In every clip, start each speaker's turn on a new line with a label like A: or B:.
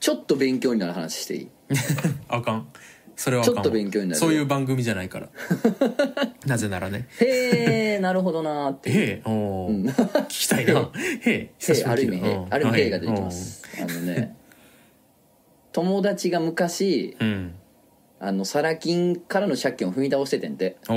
A: ちょっと勉強になる話していい
B: あかんそれはあかんわ
A: ちょっと勉強になる
B: そういう番組じゃな いからなぜならね
A: へえなるほどなーって
B: へえおー、聞きたいなへえ久
A: へ
B: し
A: あ
B: ぶ
A: る
B: り
A: 意
B: 聞
A: 味
B: いた
A: へ
B: うん
A: ある意味
B: はい
A: へが出てきますあのね友達が昔
B: うん
A: あのサラ金からの借金を踏み倒しててんて、
B: お
A: う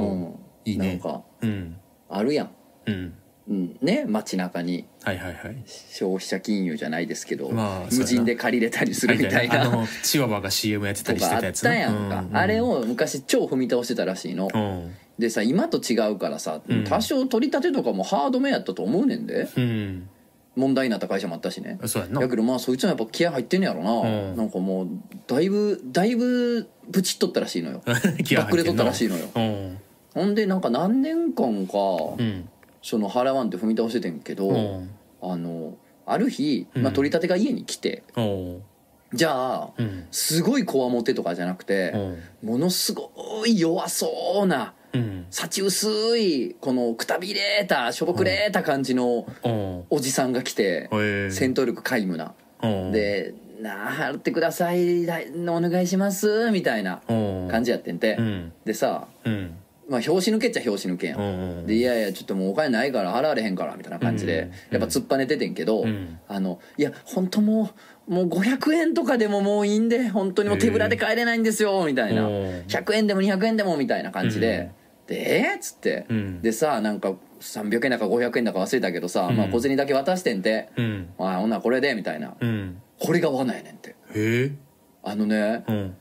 B: お
A: ん、
B: いい
A: なん
B: ね
A: か
B: うん
A: あるやん、
B: うん
A: うん、ね街中に
B: はいはいはい
A: 消費者金融じゃないですけど、
B: まあそう
A: 無
B: やな
A: 人で借りれたりするみたい
B: あ
A: な
B: のチワワが CM やってた
A: と
B: りして
A: かあ
B: た
A: っ
B: やつ
A: た
B: な
A: やんか、
B: うう
A: あれを昔超踏み倒してたらしいの、
B: うん
A: でさ今と違うからさ、
B: うん
A: 多少取り立てとかもハードめやったと思うねんで
B: うん
A: 問題になった会社もあったしね
B: そうやんな
A: だけどまあそいつはやっぱ気合入ってんねやろな、
B: うん
A: なんかもうだいぶだいぶブチっとったらしいのよ
B: 気合入
A: くれ
B: て
A: と
B: ん
A: っ
B: な
A: たらしいのよ
B: うん
A: ほんでなんか何年間か
B: うん
A: その払わんって踏み倒しててんけど、
B: うん
A: あのある日、
B: うん
A: まあ、取り立てが家に来て、
B: うん
A: じゃあ
B: うん
A: すごいこわもてとかじゃなくて、ものすごい弱そうな
B: うん
A: 幸薄いこのくたびれたしょぼくれた感じの
B: うん
A: おじさんが来て、
B: え
A: 戦闘力皆無な、
B: うん
A: で「なあ払ってくださいだいお願いします」みたいな感
B: 感
A: じやってんて、
B: うん
A: でさ
B: うん
A: まあ拍子抜けっちゃ拍子抜けや、
B: うんん
A: でいやいやちょっともうお金ないから払われへんからみたいな感じで、
B: うん
A: やっぱ突っぱねててんけど、
B: うん
A: あのいや本当もうもう500円とかでももういいんで本当にもう手ぶらで帰れないんですよみたいな、
B: うん
A: 100円でも200円でもみたいな感じで、でえっつって、
B: うん
A: でさなんか300円だか500円だか忘れたけどさ、まあ、小銭だけ渡してんて
B: うん
A: 「あほんならこれで」みたいな
B: うん
A: これが罠やねんって
B: へえ
A: あのね
B: うん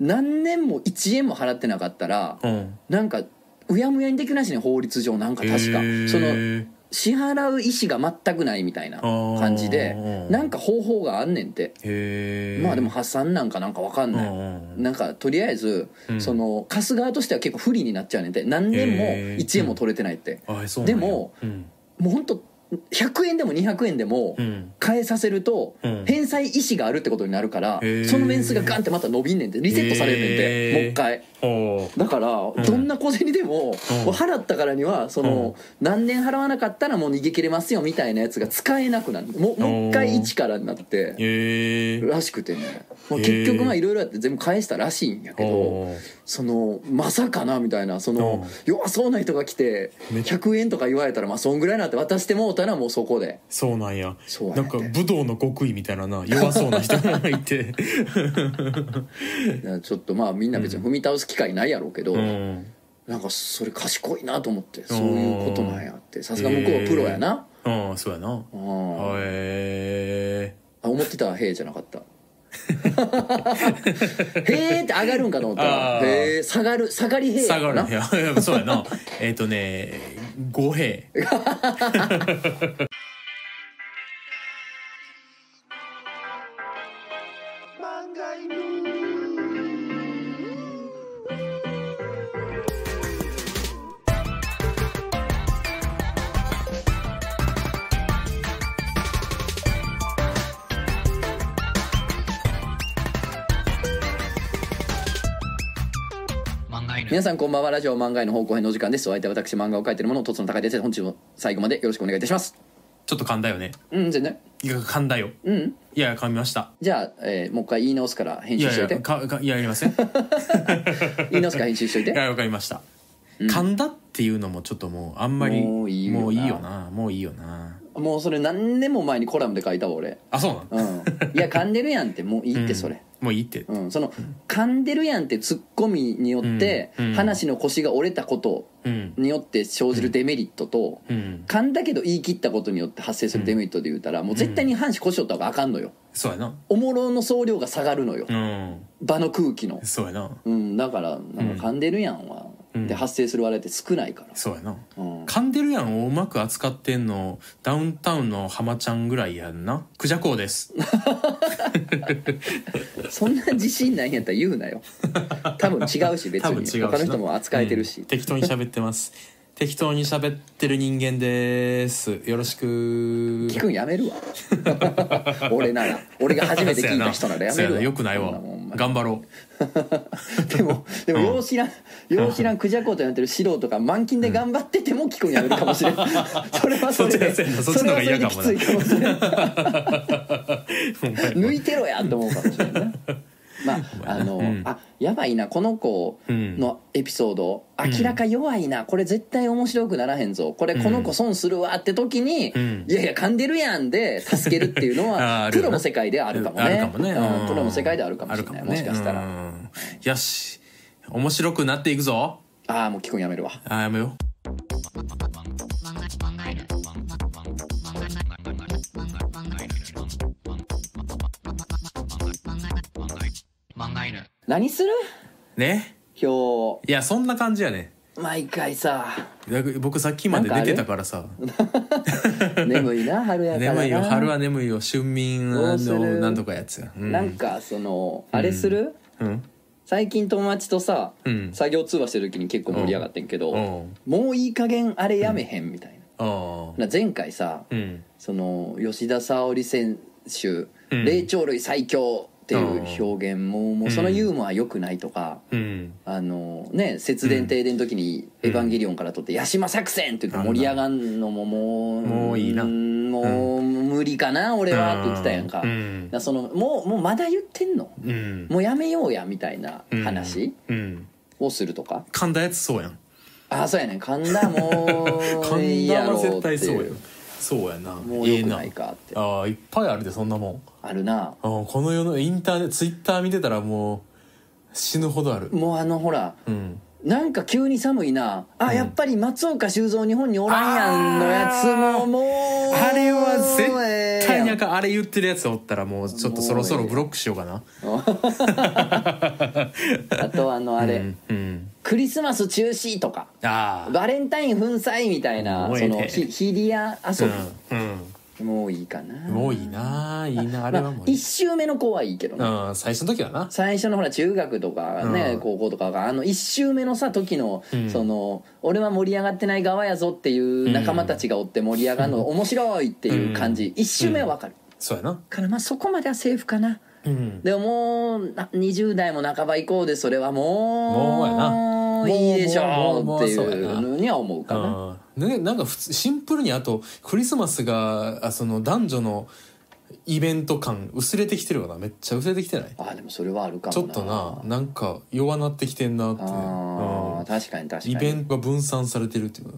A: 何年も1円も払ってなかったら
B: うん
A: なんかうやむやにできないしね法律上なんか確か、
B: へえ
A: その支払う意思が全くないみたいな感じ
B: あ
A: で
B: ー
A: なんか方法があんねんって
B: へえ
A: まあでも破産なんかなんかわかん
B: う
A: ない、
B: んうん
A: なんかとりあえず、
B: うん
A: その貸す側としては結構不利になっちゃうねんって何年も
B: へー
A: 1円も取れてないって、
B: あそうなんや
A: でも
B: うん
A: もうほんと100円でも200円でも
B: うん
A: 返させると
B: うん
A: 返済意思があるってことになるから、
B: へー
A: その面数がガンってまた伸びんねんってリセットされるねんて、
B: へー
A: もう一回
B: おー
A: だから、
B: ん
A: どんな小銭でも、
B: うん
A: 払ったからにはその、何年払わなかったらもう逃げ切れますよみたいなやつが使えなくなるもうもう一回一からになって。
B: へえ
A: らしくてね、まあ、
B: へー
A: 結局まあいろいろやって全部返したらしいんやけど
B: おー
A: そのまさかなみたいなその
B: うん
A: 弱そうな人が来て
B: めっちゃ
A: 100円とか言われたらまあそんぐらいなって渡してもうたらもうそこで
B: そうなんや
A: そうやね
B: なんか武道の極意みたいなな弱そうな人がい て
A: だからちょっとまあみんな別に踏み倒す機会ないやろうけど、
B: うん
A: なんかそれ賢いなと思ってそういうことなんやってさすが向こうはプロやな、
B: うんそうやな
A: うん
B: へえ
A: あ思ってた「へえ」じゃなかった 「へえ」って上がるんかと思ったら「
B: あー
A: へえ」下がる下がり「へえ」
B: 下が
A: な
B: るいやいやそうやなえっとね五兵
A: 皆さんこんばんはラジオ漫画への方向編のお時間ですお相手は私漫画を描いているものとつの高井です本日も最後までよろしくお願いいたします
B: ちょっと噛んだよね
A: うん全然
B: いや噛んだよ
A: うん
B: いやいや噛みました
A: じゃあ、えーもう一回言い直すから編
B: い
A: 集
B: や
A: しと
B: い
A: い
B: や
A: て
B: かかいやや りませんい
A: 言い直すから編集しといて
B: やわかりました、噛んだっていうのもちょっともうあんまり
A: もういいよな
B: もういいよなもういいよな
A: もうそれ何年も前にコラムで書いたわ俺
B: あそうなん
A: うんいや噛んでるやんってもういいってそれ、
B: もういいって
A: うん、その噛んでるやんってツッコミによって
B: うんうん
A: 話の腰が折れたこと
B: うん
A: によって生じるデメリットと
B: うん
A: 噛んだけど言い切ったことによって発生するデメリットで言うたらもう絶対に半紙腰折った方があかんのよ
B: そうやな
A: おもろの総量が下がるのよ
B: うん
A: 場の空気の
B: そうやな
A: うんだからなんか噛んでるやんは
B: うん
A: で発生する笑いって少ないから
B: そうやな
A: うん
B: 噛んでるやんをうまく扱ってんのダウンタウンの浜ちゃんぐらいやんなクジャコウです
A: そんな自信ないんやったら 言うなよ多分違うし別
B: 多分
A: に
B: 違うしな
A: 他の人も扱えてる
B: う
A: し
B: ん適当に喋ってます適当に喋ってる人間ですよろしく
A: 聞くんやめる わ俺なら俺が初めて聞いた人ならやめるわ
B: よくない
A: そん
B: わ
A: もんお前
B: 頑張ろ
A: でもでも
B: うん
A: よう知らん、よう知らんクジャコとやってる素人が満勤で頑張ってても聞くんやめるかもし れんそれはそれで
B: そっちのやつやなそっ
A: れ
B: ちの方が
A: はそれ
B: 嫌
A: で
B: か
A: き
B: もな
A: ついかもしれん
B: うお前
A: 抜いてろやと思うかもしれんねまああの、
B: うん
A: あやばいなこの子
B: うん
A: のエピソード、明らか弱いなこれ絶対面白くならへんぞこれこの子損するわって時に、
B: うん
A: いやいや噛んでるやんで助けるっていうの
B: あー
A: は
B: あ
A: プ
B: るよな
A: ロの世界ではあるかもね
B: あるかもね、
A: うん
B: うん
A: プロの世界ではあるかもしれないも,、しかしたら、
B: うんよし面白くなっていくぞ
A: ああもう聞くんやめるわ
B: あーやめよう
A: 何する
B: ね
A: 今
B: いやそんな感じやね
A: 日毎回さ
B: だ僕さっきまで寝てたからさ
A: 眠い な春やからな
B: 眠いよ春は眠いよ春眠
A: どうす
B: の
A: る
B: なんとかやつやうん
A: なんかそのあれする、
B: うん
A: 最近友達とさ、
B: うん
A: 作業通話してる時に結構盛り上がってんけど、
B: うん
A: もういい加減あれやめへんみたい
B: ああ
A: な、な前回さ
B: うん
A: その吉田沙保里選手、
B: うん
A: 霊長類最強っていう表現も,、もうそのユーモア良くないとか、
B: うん
A: あのね節電停電の時に「エヴァンゲリオン」から撮って「八島作戦!」って言って盛り上がんのももう
B: もういいな
A: もう無理かな俺はって言ってたやんか,、
B: うん
A: だからそのもうもうまだ言ってんの
B: うん
A: もうやめようやみたいな
B: うん
A: 話
B: うん
A: をするとか、
B: 噛んだやつそうやん
A: ああそうやねん神 田もうい
B: 噛ん
A: い
B: だ
A: や
B: は
A: ろう
B: 絶
A: って
B: 対そう
A: い
B: や
A: うん
B: そうやな
A: もう
B: え
A: 良
B: え
A: く
B: な
A: ないかって
B: ああいっぱいあるでそんなもん
A: あるな
B: あーこの世のインターネツイッター見てたらもう死ぬほどある
A: もうあのほら
B: うん
A: なんか急に寒いなあ、やっぱり松岡修造日本におらんやんのやつももう
B: あれは絶対にあ
A: え
B: かんあれ言ってるやつおったらもうちょっとそろそろブロックしようかな
A: えやんあとあのあれ、
B: うん、うん、
A: クリスマス中止とか
B: ああ
A: バレンタイン粉砕みたいな
B: もうえ
A: そ
B: え
A: の
B: ね
A: ヒヒリア遊
B: うん、
A: び、もういいかな
B: うん、もういいないいなあれはも
A: まあ、
B: う
A: 1
B: いい、
A: 周目の子はいいけどね、
B: うん、最初の時はな
A: 最初のほら中学とかね、
B: うん
A: 高校とかがあの1周目のさ時の、
B: ん
A: その俺は盛り上がってない側やぞっていう仲間たちがおって盛り上が るの面白いっていう感じ、1周目はわかる、
B: そうやな
A: からまあそこまではセーフかな
B: うん
A: でももうな20代も半ば以降でそれは
B: もうやな
A: もういいでしょうっていうのには思うかな
B: うんね、なんか普通シンプルにあとクリスマスがあその男女のイベント感薄れてきてるよなめっちゃ薄れてきてない
A: あでもそれはあるかも
B: ちょっとななんか弱なってきてんなって、
A: あ
B: う
A: ー確かに確か
B: ん、
A: に
B: イベントが分散されてるっていうの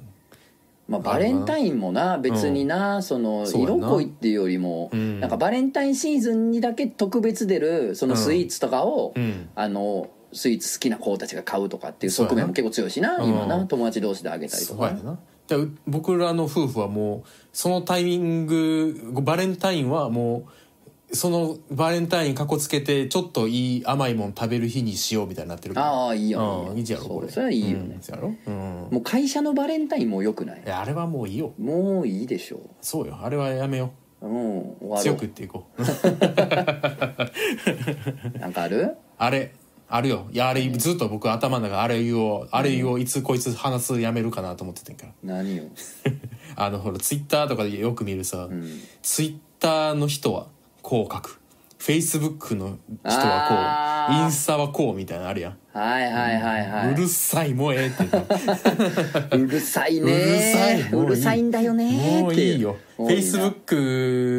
A: まあ、バレンタインもな別にな、その
B: そうやな
A: 色恋っていうよりも、
B: うん
A: なんかバレンタインシーズンにだけ特別出るそのスイーツとかを、
B: うん
A: あのスイーツ好きな子たちが買うとかっていう
B: そうや
A: 側
B: な
A: 面も結構強いしな
B: うん
A: 今な友達同士であげたりと
B: そう
A: か
B: やなじゃあう僕らの夫婦はもうそのタイミングバレンタインはもうそのバレンタインかこつけてちょっといい甘いもん食べる日にしようみたいになってるから
A: ああいいよ
B: うん
A: ね
B: いいやろ
A: そう
B: これ
A: それはいいよ
B: う
A: ね
B: ん、そうやろ、うん、
A: もう会社のバレンタインもよくない
B: いやあれはもういいよ
A: もういいでしょ
B: そうよあれはやめよ
A: ううん
B: う
A: 終
B: 強
A: わ
B: く言
A: ろ
B: っていこう
A: うなんかある
B: あれあるよいやあれずっと僕頭の中あれ言おうあれ言おういつこいつ話すやめるかなと思っててんから
A: 何よ
B: あのほらツイッターとかでよく見るさ、
A: ん
B: ツイッターの人はこう書くフェイスブックの人は
A: あ
B: こう
A: ー
B: インスタはこうみたいなのあるやん、
A: はいはいはいはいう
B: るさいもうええって言って
A: うるさいね
B: うるさいもういいう
A: るさいんだよね
B: もういいよフ
A: もうい
B: ェ
A: い
B: イ
A: な
B: スブ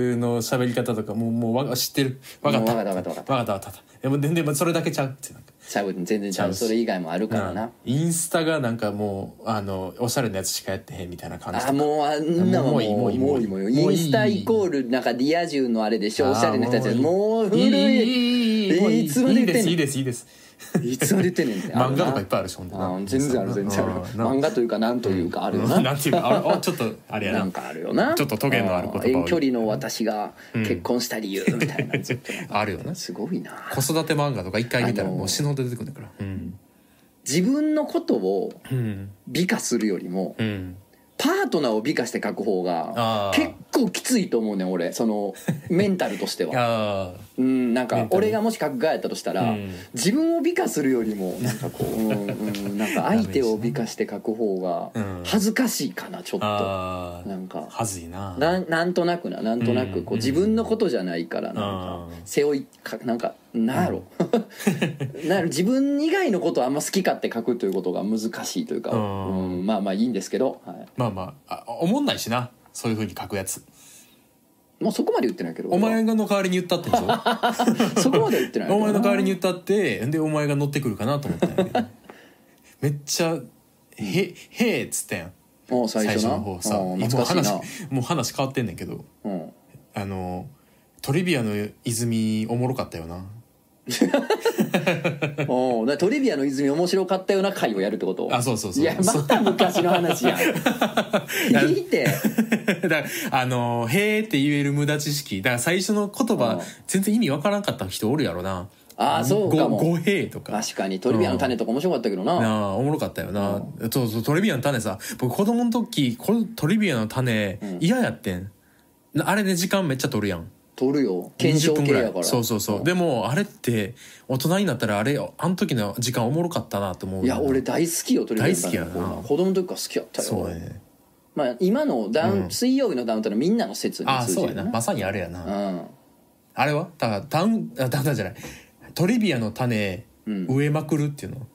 B: ックの喋り方とかもうもうわか知ってるわかった
A: もうわかったわかった
B: わかったわかったでもででもそれだけちゃうってなんか
A: ちゃう全然ちゃ
B: ちゃう
A: う
B: し
A: それ以外もあるからな
B: インスタがなんかもうあのおしゃれなやつしかやってへんみたいな感じと
A: あ
B: か
A: もうあんな
B: も
A: も
B: ういい
A: もう
B: も
A: も
B: う
A: うい
B: いい
A: いもう
B: もう
A: イ
B: いい
A: ンスタイコールなんかリア充のあれでしょおしゃれな人たち
B: あー
A: もう古い
B: いい
A: えー
B: もういい
A: いつまで言ってんの
B: いいですいいですいいです
A: いつまで言ってんねんって
B: 漫画とかいっぱいあるしほんでな
A: あ全然ある全然ある
B: うんな
A: 漫画というかなんというかあるよ
B: な
A: なん
B: ていうかあれあちょっとあれやな
A: なんかあるよな
B: ちょっとトゲのある言葉を
A: 遠距離の私が結婚した理由みたいなのちょっと
B: あるよね
A: すごいな
B: 子育て漫画とか一回見たら
A: あのー
B: もう死ぬほど出てくるんだからうん
A: 自分のことを
B: うん
A: 美化するよりも
B: うん
A: パートナーを美化して書く方が
B: あー
A: 結構きついと思うねん俺そのメンタルとしては
B: あー
A: うん、なん
B: メ
A: か
B: ンタル
A: 俺がもし格がやったとしたら、
B: うん
A: 自分を美化するよりもなんかこう、うんうん、なんか相手を美化して書く方
B: うん
A: が恥ずかしいかなちょっと、
B: ああ
A: なんか
B: はずいな
A: なんなんとなくななんとなくこ
B: う
A: う
B: ん
A: 自分のことじゃないからなんか
B: うん
A: 背負いかなんかなんやろなんやろ自分以外のことをあんま好き勝手書くということが難しいというか、
B: うん
A: うんまあまあいいんですけど、はい、
B: まあまああおもんないしなそういうふうに書くやつ
A: もうそこまで言ってないけど
B: お前の代わりに言ったって でしょ
A: そこまで言ってないけど
B: お前の代わりに言ったってでお前が乗ってくるかなと思ったんやけ どめっちゃ「へへ」っつったやん
A: もう最初な
B: の方さ
A: うん
B: いやもう
A: 懐かしい
B: 話
A: な
B: もう話変わってんねんけど
A: うん
B: あのトリビアの泉おもろかったよな
A: おうなトリビアの泉面白かったような回をやるってこと
B: あそうそうそう
A: やまた昔の話 やん聞いて
B: だからあの「へーって言える無駄知識だから最初の言
A: う
B: 葉
A: ん
B: 全然意味わからんかった人おるやろな
A: あーそうかも
B: ごごへーとか
A: 確かにトリビアの種とか面白かったけどな
B: なあおもろかったよな、そうそうトリビアの種さ僕子供の時このトリビアの種
A: ん
B: 嫌やってんなあれで時間めっちゃ取るやん
A: 取るよ検証
B: 20分
A: 系
B: ぐらい
A: やから
B: そうそうそう、でもあれって大人になったらあれあの時の時間おもろかったなと思う
A: いや俺大好きよトリビアの種
B: 大好きやな
A: こんなん子供の時から好きやったよ
B: そうやね
A: まあ今のダウン、
B: うん
A: 水曜日のダウンタウンのみんなの説に
B: ああ
A: 通じ
B: そうや
A: る
B: なまさにあれやな、
A: うん
B: あれはだからダウンあダウンタウンじゃないトリビアの種植えまくるっていうの、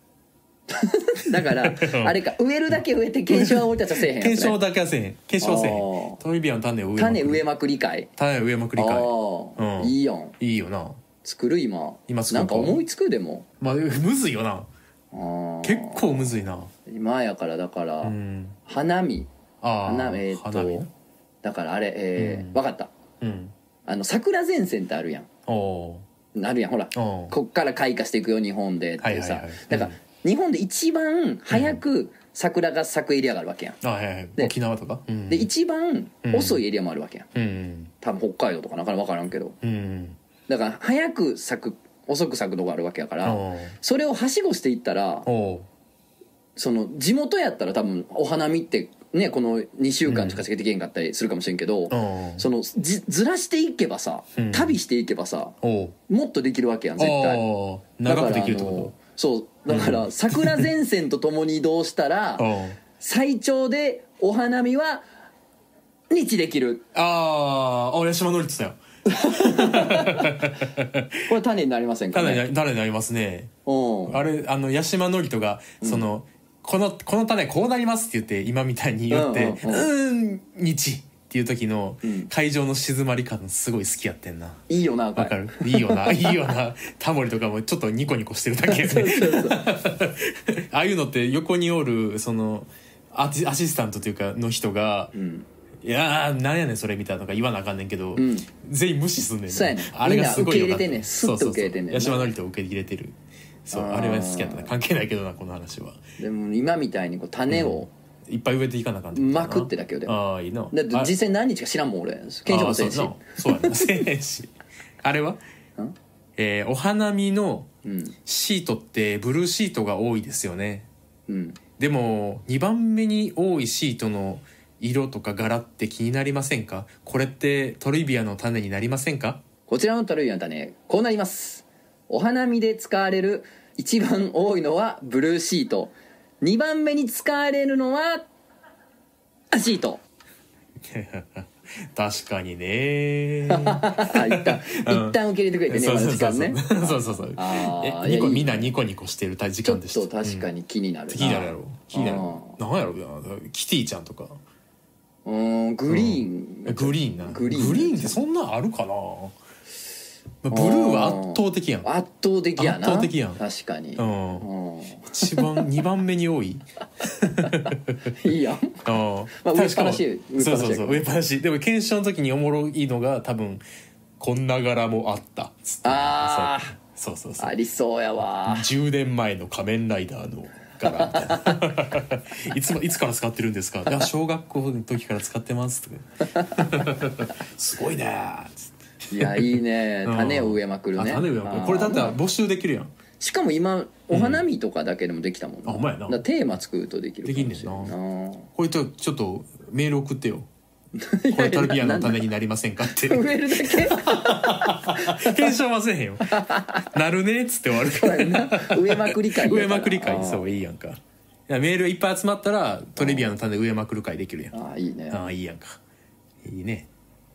A: だから あれか植えるだけ植えて検証は俺たちはせえへんやつ、ね、
B: 検証だけはせえへん検証せえへ
A: あ
B: ん
A: ー
B: トリビアの種を植えまく
A: 種
B: る
A: 植えまくり会
B: 種植えまくり
A: あ
B: か
A: ー
B: うん
A: いいやん
B: いいいよな
A: 作る今
B: 今作
A: なん
B: ろうか
A: か思いつくでも
B: まあむずいよな
A: あー
B: 結構むずいな
A: 今やからだから、
B: うん
A: 花見
B: ああ
A: 花えーっ
B: 花火
A: とだからあれえー
B: うん
A: わかった
B: うん
A: あの桜前線ってあるや
B: おお
A: んあるやんほら
B: ーおー
A: こっから開花していくよ日本でっていうさ、
B: はいはいはい
A: だから、日本で一番早く桜が咲くエリアがあるわけやん、
B: あはいはい
A: で
B: 沖縄とかうん
A: で一番
B: うん
A: 遅いエリアもあるわけやん
B: うん
A: 多分北海道とかなかなか分からんけど
B: うんうん
A: だから早く咲く遅く咲くのがあるわけやから
B: おー
A: それをはしごしていったら
B: おー
A: その地元やったら多分お花見ってねこの2週間しかしけてけんかったりするかもしれんけど、
B: おー
A: そのじずらしていけばさ、
B: うん
A: 旅していけばさ
B: おお
A: もっとできるわけやん絶対
B: おー長くできるっ
A: だ
B: て
A: からあ
B: こ
A: のそうだから桜前線とともに移動したら
B: とおー
A: 最長でお花見は日できる
B: ああーあ八島のりつだよ
A: これ種になりませんか
B: 種に
A: ね
B: な種になりますね
A: うん
B: あれあの八島のりとがその、このこの種こうなりますって言って今みたいに言って「う
A: うんうん
B: ん日」っていう時の会場の静まり感すごい好きやってんな。
A: いいよなこ
B: わ
A: れ
B: かる、い、いよないいよなタモリとかもちょっとニコニコしてるだ け
A: そうそうそう
B: ああいうのって横におるそのアシアシスタントというかの人が「
A: ん
B: いやーなんやねんそれ」みたいなのが言わなあかんねんけど、
A: ん
B: 全員無視すんねんね
A: そうやねん
B: あれがすごいよかった
A: みんな受け入れてんねんスッと受け入れてんねんな
B: そうそうそう八島のりと受け入れてるそう
A: あー
B: あれは好きやったな関係ないけどなこの話は
A: でも今みたいにこう種を、
B: いっぱい植えていかなあかんってことだな
A: まくってだけよでも
B: ああいいな
A: だって
B: あ
A: 実際何日か知らんもん俺検証もせんし
B: あそうやなそうやなせえへんしあれはえーお花見の
A: うん
B: シートってブルーシートが多いですよね
A: うん
B: でも2番目に多いシートの色とか柄って気になりませんかこれってトリビアの種になりませんか
A: こちらのトルイアンタねこうなりますお花見で使われる一番多いのはブルーシート2番目に使われるのはシート
B: 確かに ね
A: 一旦一旦受け入れてくれてね、
B: そう
A: 今
B: そ
A: の
B: う
A: 時
B: そう
A: 間
B: そう
A: ね
B: そうそうそう
A: あー
B: え
A: いやい
B: ニコ
A: いね
B: みんなニコニコしてる時
A: ちょっ
B: 間でした
A: と確かに気になるな
B: 気になるやろ気になるなんやろなキティちゃんとか
A: うーんグリーン、
B: グリーンな
A: グリーン
B: ってそんなんあるかなまあブルーは圧倒的やん
A: 圧倒的やな
B: 圧倒的やん
A: 確かに、
B: うん
A: うん
B: 一番2番目に多い
A: いいやん
B: あ
A: まあ
B: 確
A: 植えっぱ
B: かも
A: なし
B: そうそうそ
A: 植
B: う植えっぱなしでも検証の時におもろいのが多分こんな柄もあったつって
A: あー
B: そうそうそうそう
A: ありそうやわ
B: 10年前の仮面ライダーの柄みたいないつもいつから使ってるんですかいや小学校の時から使ってますとかすごいねーっつって
A: いやいいね
B: うん
A: 種を植えまくるね
B: あ種を植えまくるこれだったら募集できるやん
A: しかも今お花見とかだけでもできたもん
B: あほんまや
A: だ
B: な
A: からテーマ作るとできる
B: できんねんな
A: かもしれんな
B: これちょちょっとメール送ってよこれトルビアの種になりませんかって
A: 植えるだけ
B: 検証はせえへんよなるねっつって終わるか
A: そうや
B: ら
A: んな植えまくり会やから
B: 植えまくり会
A: あ
B: そういいやんかいやメールいっぱい集まったらトレビアの種植えまくる会できるやんあ
A: ーあーいいね
B: あーいいやんかいいね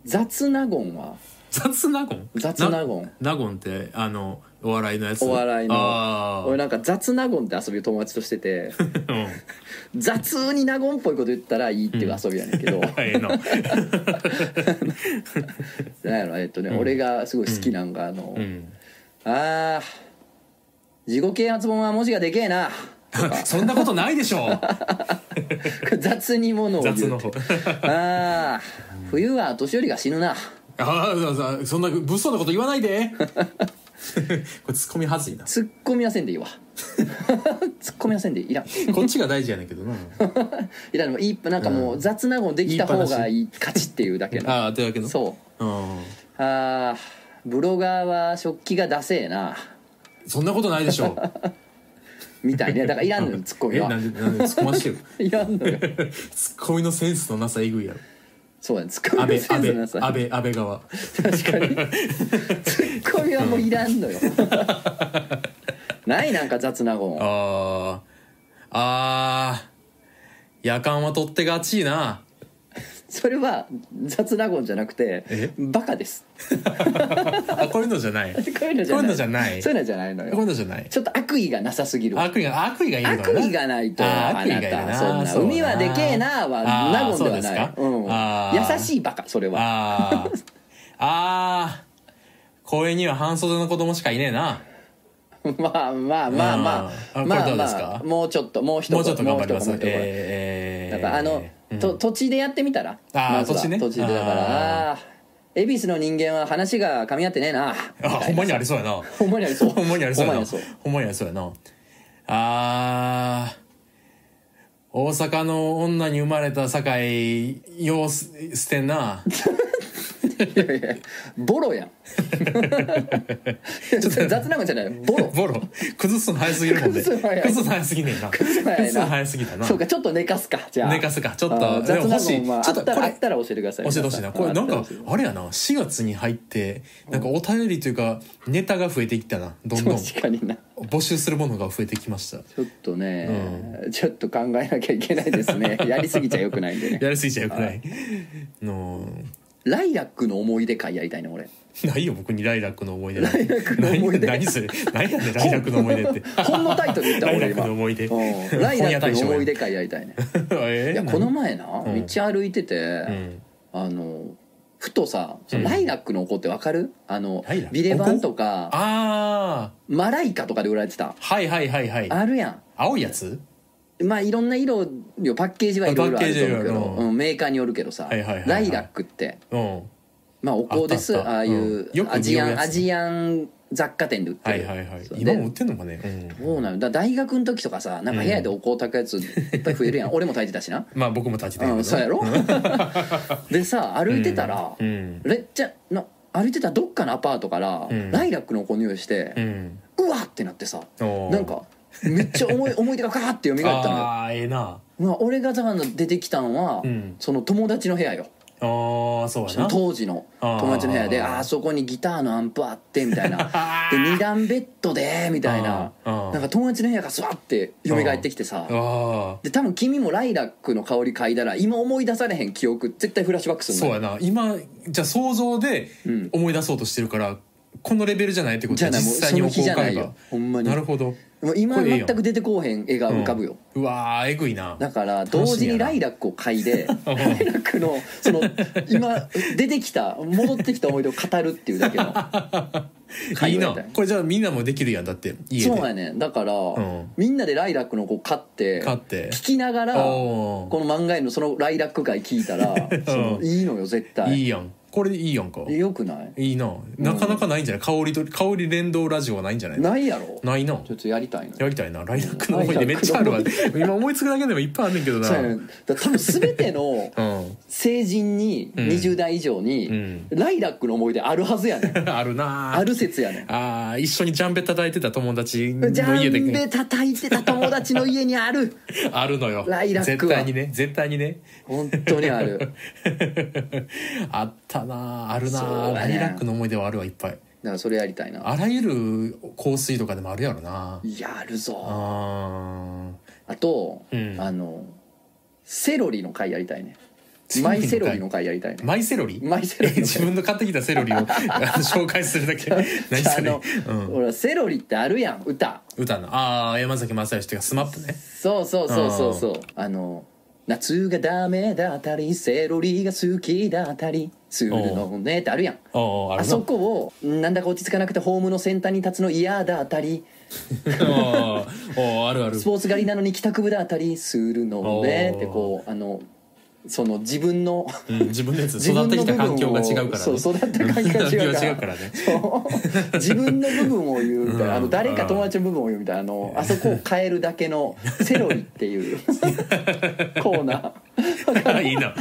A: 雑納言は
B: 雑納言
A: 雑納言
B: 納言ってあのお笑いのやつ
A: お笑い
B: あ
A: の
B: あ
A: 俺なんか雑納言って遊びを友達としてて 雑に納言っぽいこと言ったらいいっていう遊びやねんけど、
B: ええの
A: なんやろえっとね、俺がすごい好きなんが、あの、
B: うん
A: あー自己啓発本は文字がでけえな とか
B: そんなことないでしょ
A: 雑に物を言う
B: 雑の方
A: ああ冬は年寄りが死ぬな
B: ああそんな物騒なこと言わな いでこれツッコミはずいな
A: 突っ込みはせんでいいわ 突っ込みはせんでいいいらん
B: こっちが大事やねんけど ない
A: らんでもいいなんかもう雑なもんできた方がいい勝ちっていうだけの
B: ああというわけの、
A: そう
B: ん、
A: うああブロガーは食器がダセえな
B: そんなことないでし ょ
A: みたいねだからいらんのよ突っ込み
B: え
A: は
B: なんでなんで突っ込ましてる
A: いらんのよ
B: ツッコミのセンスのなさえぐいやろ
A: そうやね突っ込
B: 安
A: み
B: 倍
A: はせん
B: 安倍
A: でなさ
B: 安倍安倍側
A: 確かにツッコミはもういらんのよないなんか雑なゴン
B: あーあー夜間は取ってがちいな
A: それは雑なゴンじゃなくて
B: え
A: バカです
B: あこういうのじ ゃないこ
A: こういうのじゃ
B: こう
A: な
B: いうの
A: い
B: じゃない
A: そういうのじゃないの
B: ういう
A: よ
B: のじゃない
A: ちょっと悪意がなさすぎる
B: 悪意が悪意がいいのかな
A: 悪意がないと
B: あー
A: あ
B: 悪意が
A: ない
B: る
A: た
B: な
A: そんな
B: うだ
A: 海はでけえなは
B: あー
A: ナゴンでは
B: そう
A: な
B: す
A: い
B: かあ
A: う
B: ー
A: ん優しいバカそれは
B: あーあー公園には半袖の子供しかいねえな
A: まあまあまあま
B: あ
A: あ
B: ー
A: ま
B: こ
A: あ
B: れどうです
A: ま
B: か
A: あもうちょっともう一
B: もうちょっと頑張ります
A: もう一コマもう一コマ
B: え
A: だ
B: ー
A: からあの、と土地でやってみたら
B: あー
A: まずは
B: 土地ね
A: 土地でだからああー恵比寿の人間は話が噛み合ってねえな
B: あほんまにありそうやな
A: ほんまにありそう
B: ほんまにありそうや
A: ほんま
B: な
A: にそう
B: ほんまにありそうやなあー大阪の女に生まれた堺ようす捨て んない
A: やいやボロ やんちょっと雑なもんじゃないボ ロ
B: ボロ崩すの早すぎるもんね
A: 崩すの早い
B: 崩すの早すぎねえな崩
A: すの早いな
B: の早すぎだな
A: そうかちょっと寝かすかじゃあ
B: 寝かすかちょっと
A: あー雑
B: でも
A: な
B: 欲し
A: も
B: い
A: んはあ
B: ちょっと
A: った
B: こ
A: ら
B: れ
A: あったら教えてください
B: 教えてほしいなこれなんかあれやな4月に入ってなんかお便りというかネタが増えてきたなどんどん
A: 確かにな
B: 募集するものが増えてきました
A: ちょっとね、ちょっと考えなきゃいけないですねやりすぎちゃよくないんでね
B: やりすぎちゃよくないの
A: ライラックの思い出会やりたいな俺
B: ないよ僕にライラックの思い出なんて
A: ライラックの思い出
B: 何何それ何やねんライラックの思い出って
A: 本のタイトル言った
B: ライラ
A: 俺
B: ック
A: 今
B: の思い出
A: うんライラックの思い
B: 出
A: 出会やりたいね
B: え
A: いや
B: 何
A: この前な道
B: ん
A: 歩いてて、
B: うん
A: あのふとさその
B: うん
A: ライラックのお香ってわかるあの
B: ライラック
A: ビレバンとか
B: あ
A: マライカとかで売られてた
B: ーはいはいはいはい
A: あるや
B: 青いやつ
A: んまあいろんな色よパッケージはいろいろあると思うけ
B: パッケージ
A: ど
B: い、ろいろ
A: うんメーカーによるけどさ、
B: はいはいはいはい
A: ライラックって
B: うん
A: まあお香です
B: あったあ
A: ああ
B: った
A: いう
B: うん、よく
A: アジア
B: 匂うや
A: ン
B: つ
A: アジアン雑貨店で売って
B: はい
A: る、
B: はいはい
A: そう
B: 今
A: で
B: も売ってんのかねうん
A: そうなのだから大学の時とかさなんか部屋でお香炊くやついっぱい増える やん、俺も炊いてたしな
B: まあ僕も立ちたいけ
A: う
B: ど
A: んそうやろ でさ歩いてたら、
B: うん
A: めっちゃな歩いてたどっかのアパートから、
B: うん
A: ライラックのお匂いして
B: う、ん
A: うわってなってさ
B: おー
A: なんかめっちゃ 思い思い出がカーって蘇ったのよ、
B: ああええな
A: まあ、俺がだから出てきたんは、
B: うん
A: その友達の部屋よ
B: ああそうや
A: その
B: な
A: 当時の
B: あー
A: 友達の部屋であーあそこにギターのアンプあってみたい なで二段ベッドでみたいな
B: あーあー
A: なんか友達の部屋がスワッて蘇ってきてさ
B: ああ
A: で多分君もライラックの香り嗅いだら今思い出されへん記憶絶対フラッシュバックする
B: そうやな今じゃあ想像で
A: ん
B: 思い出そうとしてるから、このレベルじゃないってこと
A: じゃ
B: だ
A: ないもう
B: 実際に
A: その
B: お
A: 日じゃないよ
B: 香
A: ほんまに
B: なるほど
A: もう今
B: これええや
A: 全
B: ん
A: く出てこうへん絵が浮かぶよ、
B: うんうわーえぐいな
A: だから同
B: 楽し
A: 時
B: み
A: に
B: やな
A: ライラックを嗅いでライ ラックのその今出てきた戻ってきた思い出を語るっていうだけの会
B: い
A: 話
B: いな
A: みたいな
B: これじゃあみんなもできるやんだって 家
A: そうやね
B: で
A: だから、
B: ん
A: みんなでライラックの子買って
B: 買って
A: 聞きながらこ
B: おー
A: の漫画へのそのライラック会聞いたらそのいいのよ絶対
B: いいやんこれいいやんか
A: えよくない
B: いいななかなかないんじゃない香りと香り連動ラジオはないんじゃないな
A: ないやろ
B: いな
A: ちょっとやりたいな
B: やりたいなライラックの思い出めっちゃあるわ今思いつくだけでもいっぱいあんねんけどな
A: そうやねだ多分全て の
B: うん
A: 成人に
B: ん
A: 20代以上に、
B: うん
A: ライラックの思い出あるはずやねん
B: あるな
A: ある説やねん
B: あー一緒にジャンベ叩いてた友達の
A: ジャ
B: 家
A: ンベ
B: で
A: 叩いてた友達の家にある
B: あるのよ
A: ライラック
B: 絶
A: は
B: 対にね絶対にね
A: 本当にある
B: あったなある
A: そ
B: な、
A: うだ
B: ラ
A: ね
B: イラックの思い出はあるわいっぱい
A: だからそれやりたいな
B: あらゆる香水とかでもあるやろな
A: やるぞ
B: あ
A: あと、
B: うん
A: あのセロリの回やりたいね
B: ー
A: マイセロリの回やりたいね
B: マイセロリ
A: マイセロ
B: え
A: リの
B: 自
A: 回
B: 分の買ってきたセ ロリをあの紹介するだけ何それ、うん、
A: ほらセロリってあるやん歌
B: 歌のああ山崎まさよしっていうかスマップね
A: そうそうそうそうそうあの夏がダメだったりセロリが好きだったりするのねってあるやん
B: おうおうあ
A: あ
B: る
A: そこをなんだか落ち着かなくてホームの先端に立つの嫌だったり
B: ああるある
A: スポーツ狩りなのに帰宅部だったりするのね
B: おー
A: ってこうあのその自分の
B: うん、 自分のやつ育ってきた環境が違うからね
A: そう育った環境が違うから
B: 環境が違うからね
A: そう自分の部分を言うみたいな、
B: うん
A: あの誰か友達の部分を言うみたいなあのあそこを変えるだけ のセロリっていう コーナ
B: いいな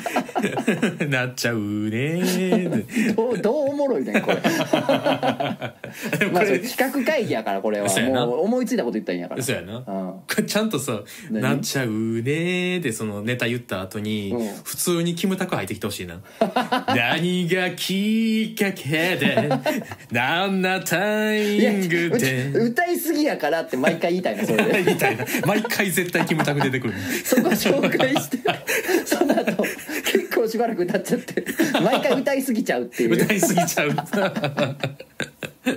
B: なっちゃうねー
A: ーどうどうおもろいねんこ れ
B: でも
A: ま
B: こ
A: あそれ
B: れ
A: 企画会議やからこれは
B: そうやな
A: もう思いついたこと言ったんやから
B: そうやな
A: うん
B: これちゃんとさ「
A: 何
B: なっちゃうね」でそのネタ言った後に、
A: うん
B: 普通にキムタク入ってきてほしいな 「何がきっかけでなんなタ
A: い
B: イ
A: や
B: ミングで」
A: 歌いすぎやからって毎回言いたいなそれで
B: みたいな毎回絶対キムタク出てくる
A: そこ紹介して その後結構しばらく歌っちゃって毎回歌いすぎちゃうっていう
B: 歌いすぎち ゃう待っ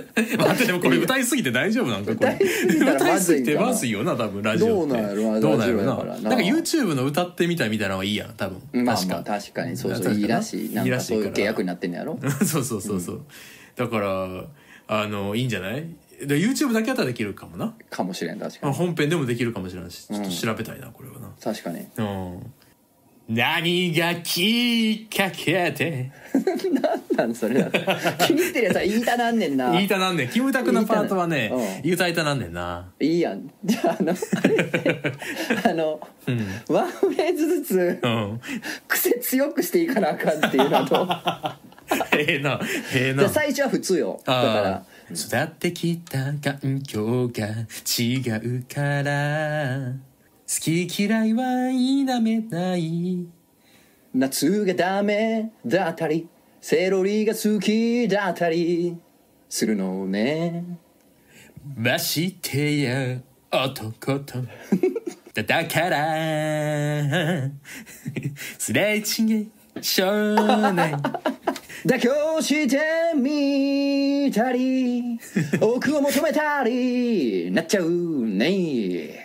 B: てでもこれ歌いすぎて大丈夫なんかこれ
A: 歌いすぎたら
B: 歌
A: ま
B: いす
A: ず
B: ぎ
A: いんか
B: て
A: な
B: まずいよな多分ラジオっ
A: どうな
B: て
A: んやろな
B: どうなんや
A: ラジオ
B: ろな
A: やから
B: なん
A: な
B: か YouTube の歌ってみたみたいなのはいいやん多分
A: まあ
B: 確
A: まあ
B: か
A: 確かにそう
B: 確
A: そ
B: か
A: う
B: に
A: いいらしいないん
B: いら
A: か
B: しい
A: そういう
B: から
A: 契約になってんのやろ
B: そうそうそうそうだからあのいいんじゃないで YouTube だけやったらできるかもな
A: かもしれん確か
B: あ
A: に
B: 本編でもできるかもしれないしちょっと調べたいなこれはな
A: 確かに
B: うん何がきっかけで
A: 何なんそれだって気に入ってるやつは言いたなんねんな
B: 言いたなんねんキムタクのパートは
A: 言いたな
B: ね
A: い
B: 歌いたなんねんない
A: いやんじゃああのあれってあの
B: うん
A: ワンフレーズずつ
B: うん
A: 癖強くしていかなあかんっていうの と
B: ええなええ
A: で
B: な
A: 最初は普通よだから
B: あー育ってきた環境が違うから好き嫌いは否めない
A: 夏がダメだったりセロリが好きだったりするのね
B: ましてや男と だだから すれ違い少 年
A: 妥協してみたり奥を求めたりなっちゃうね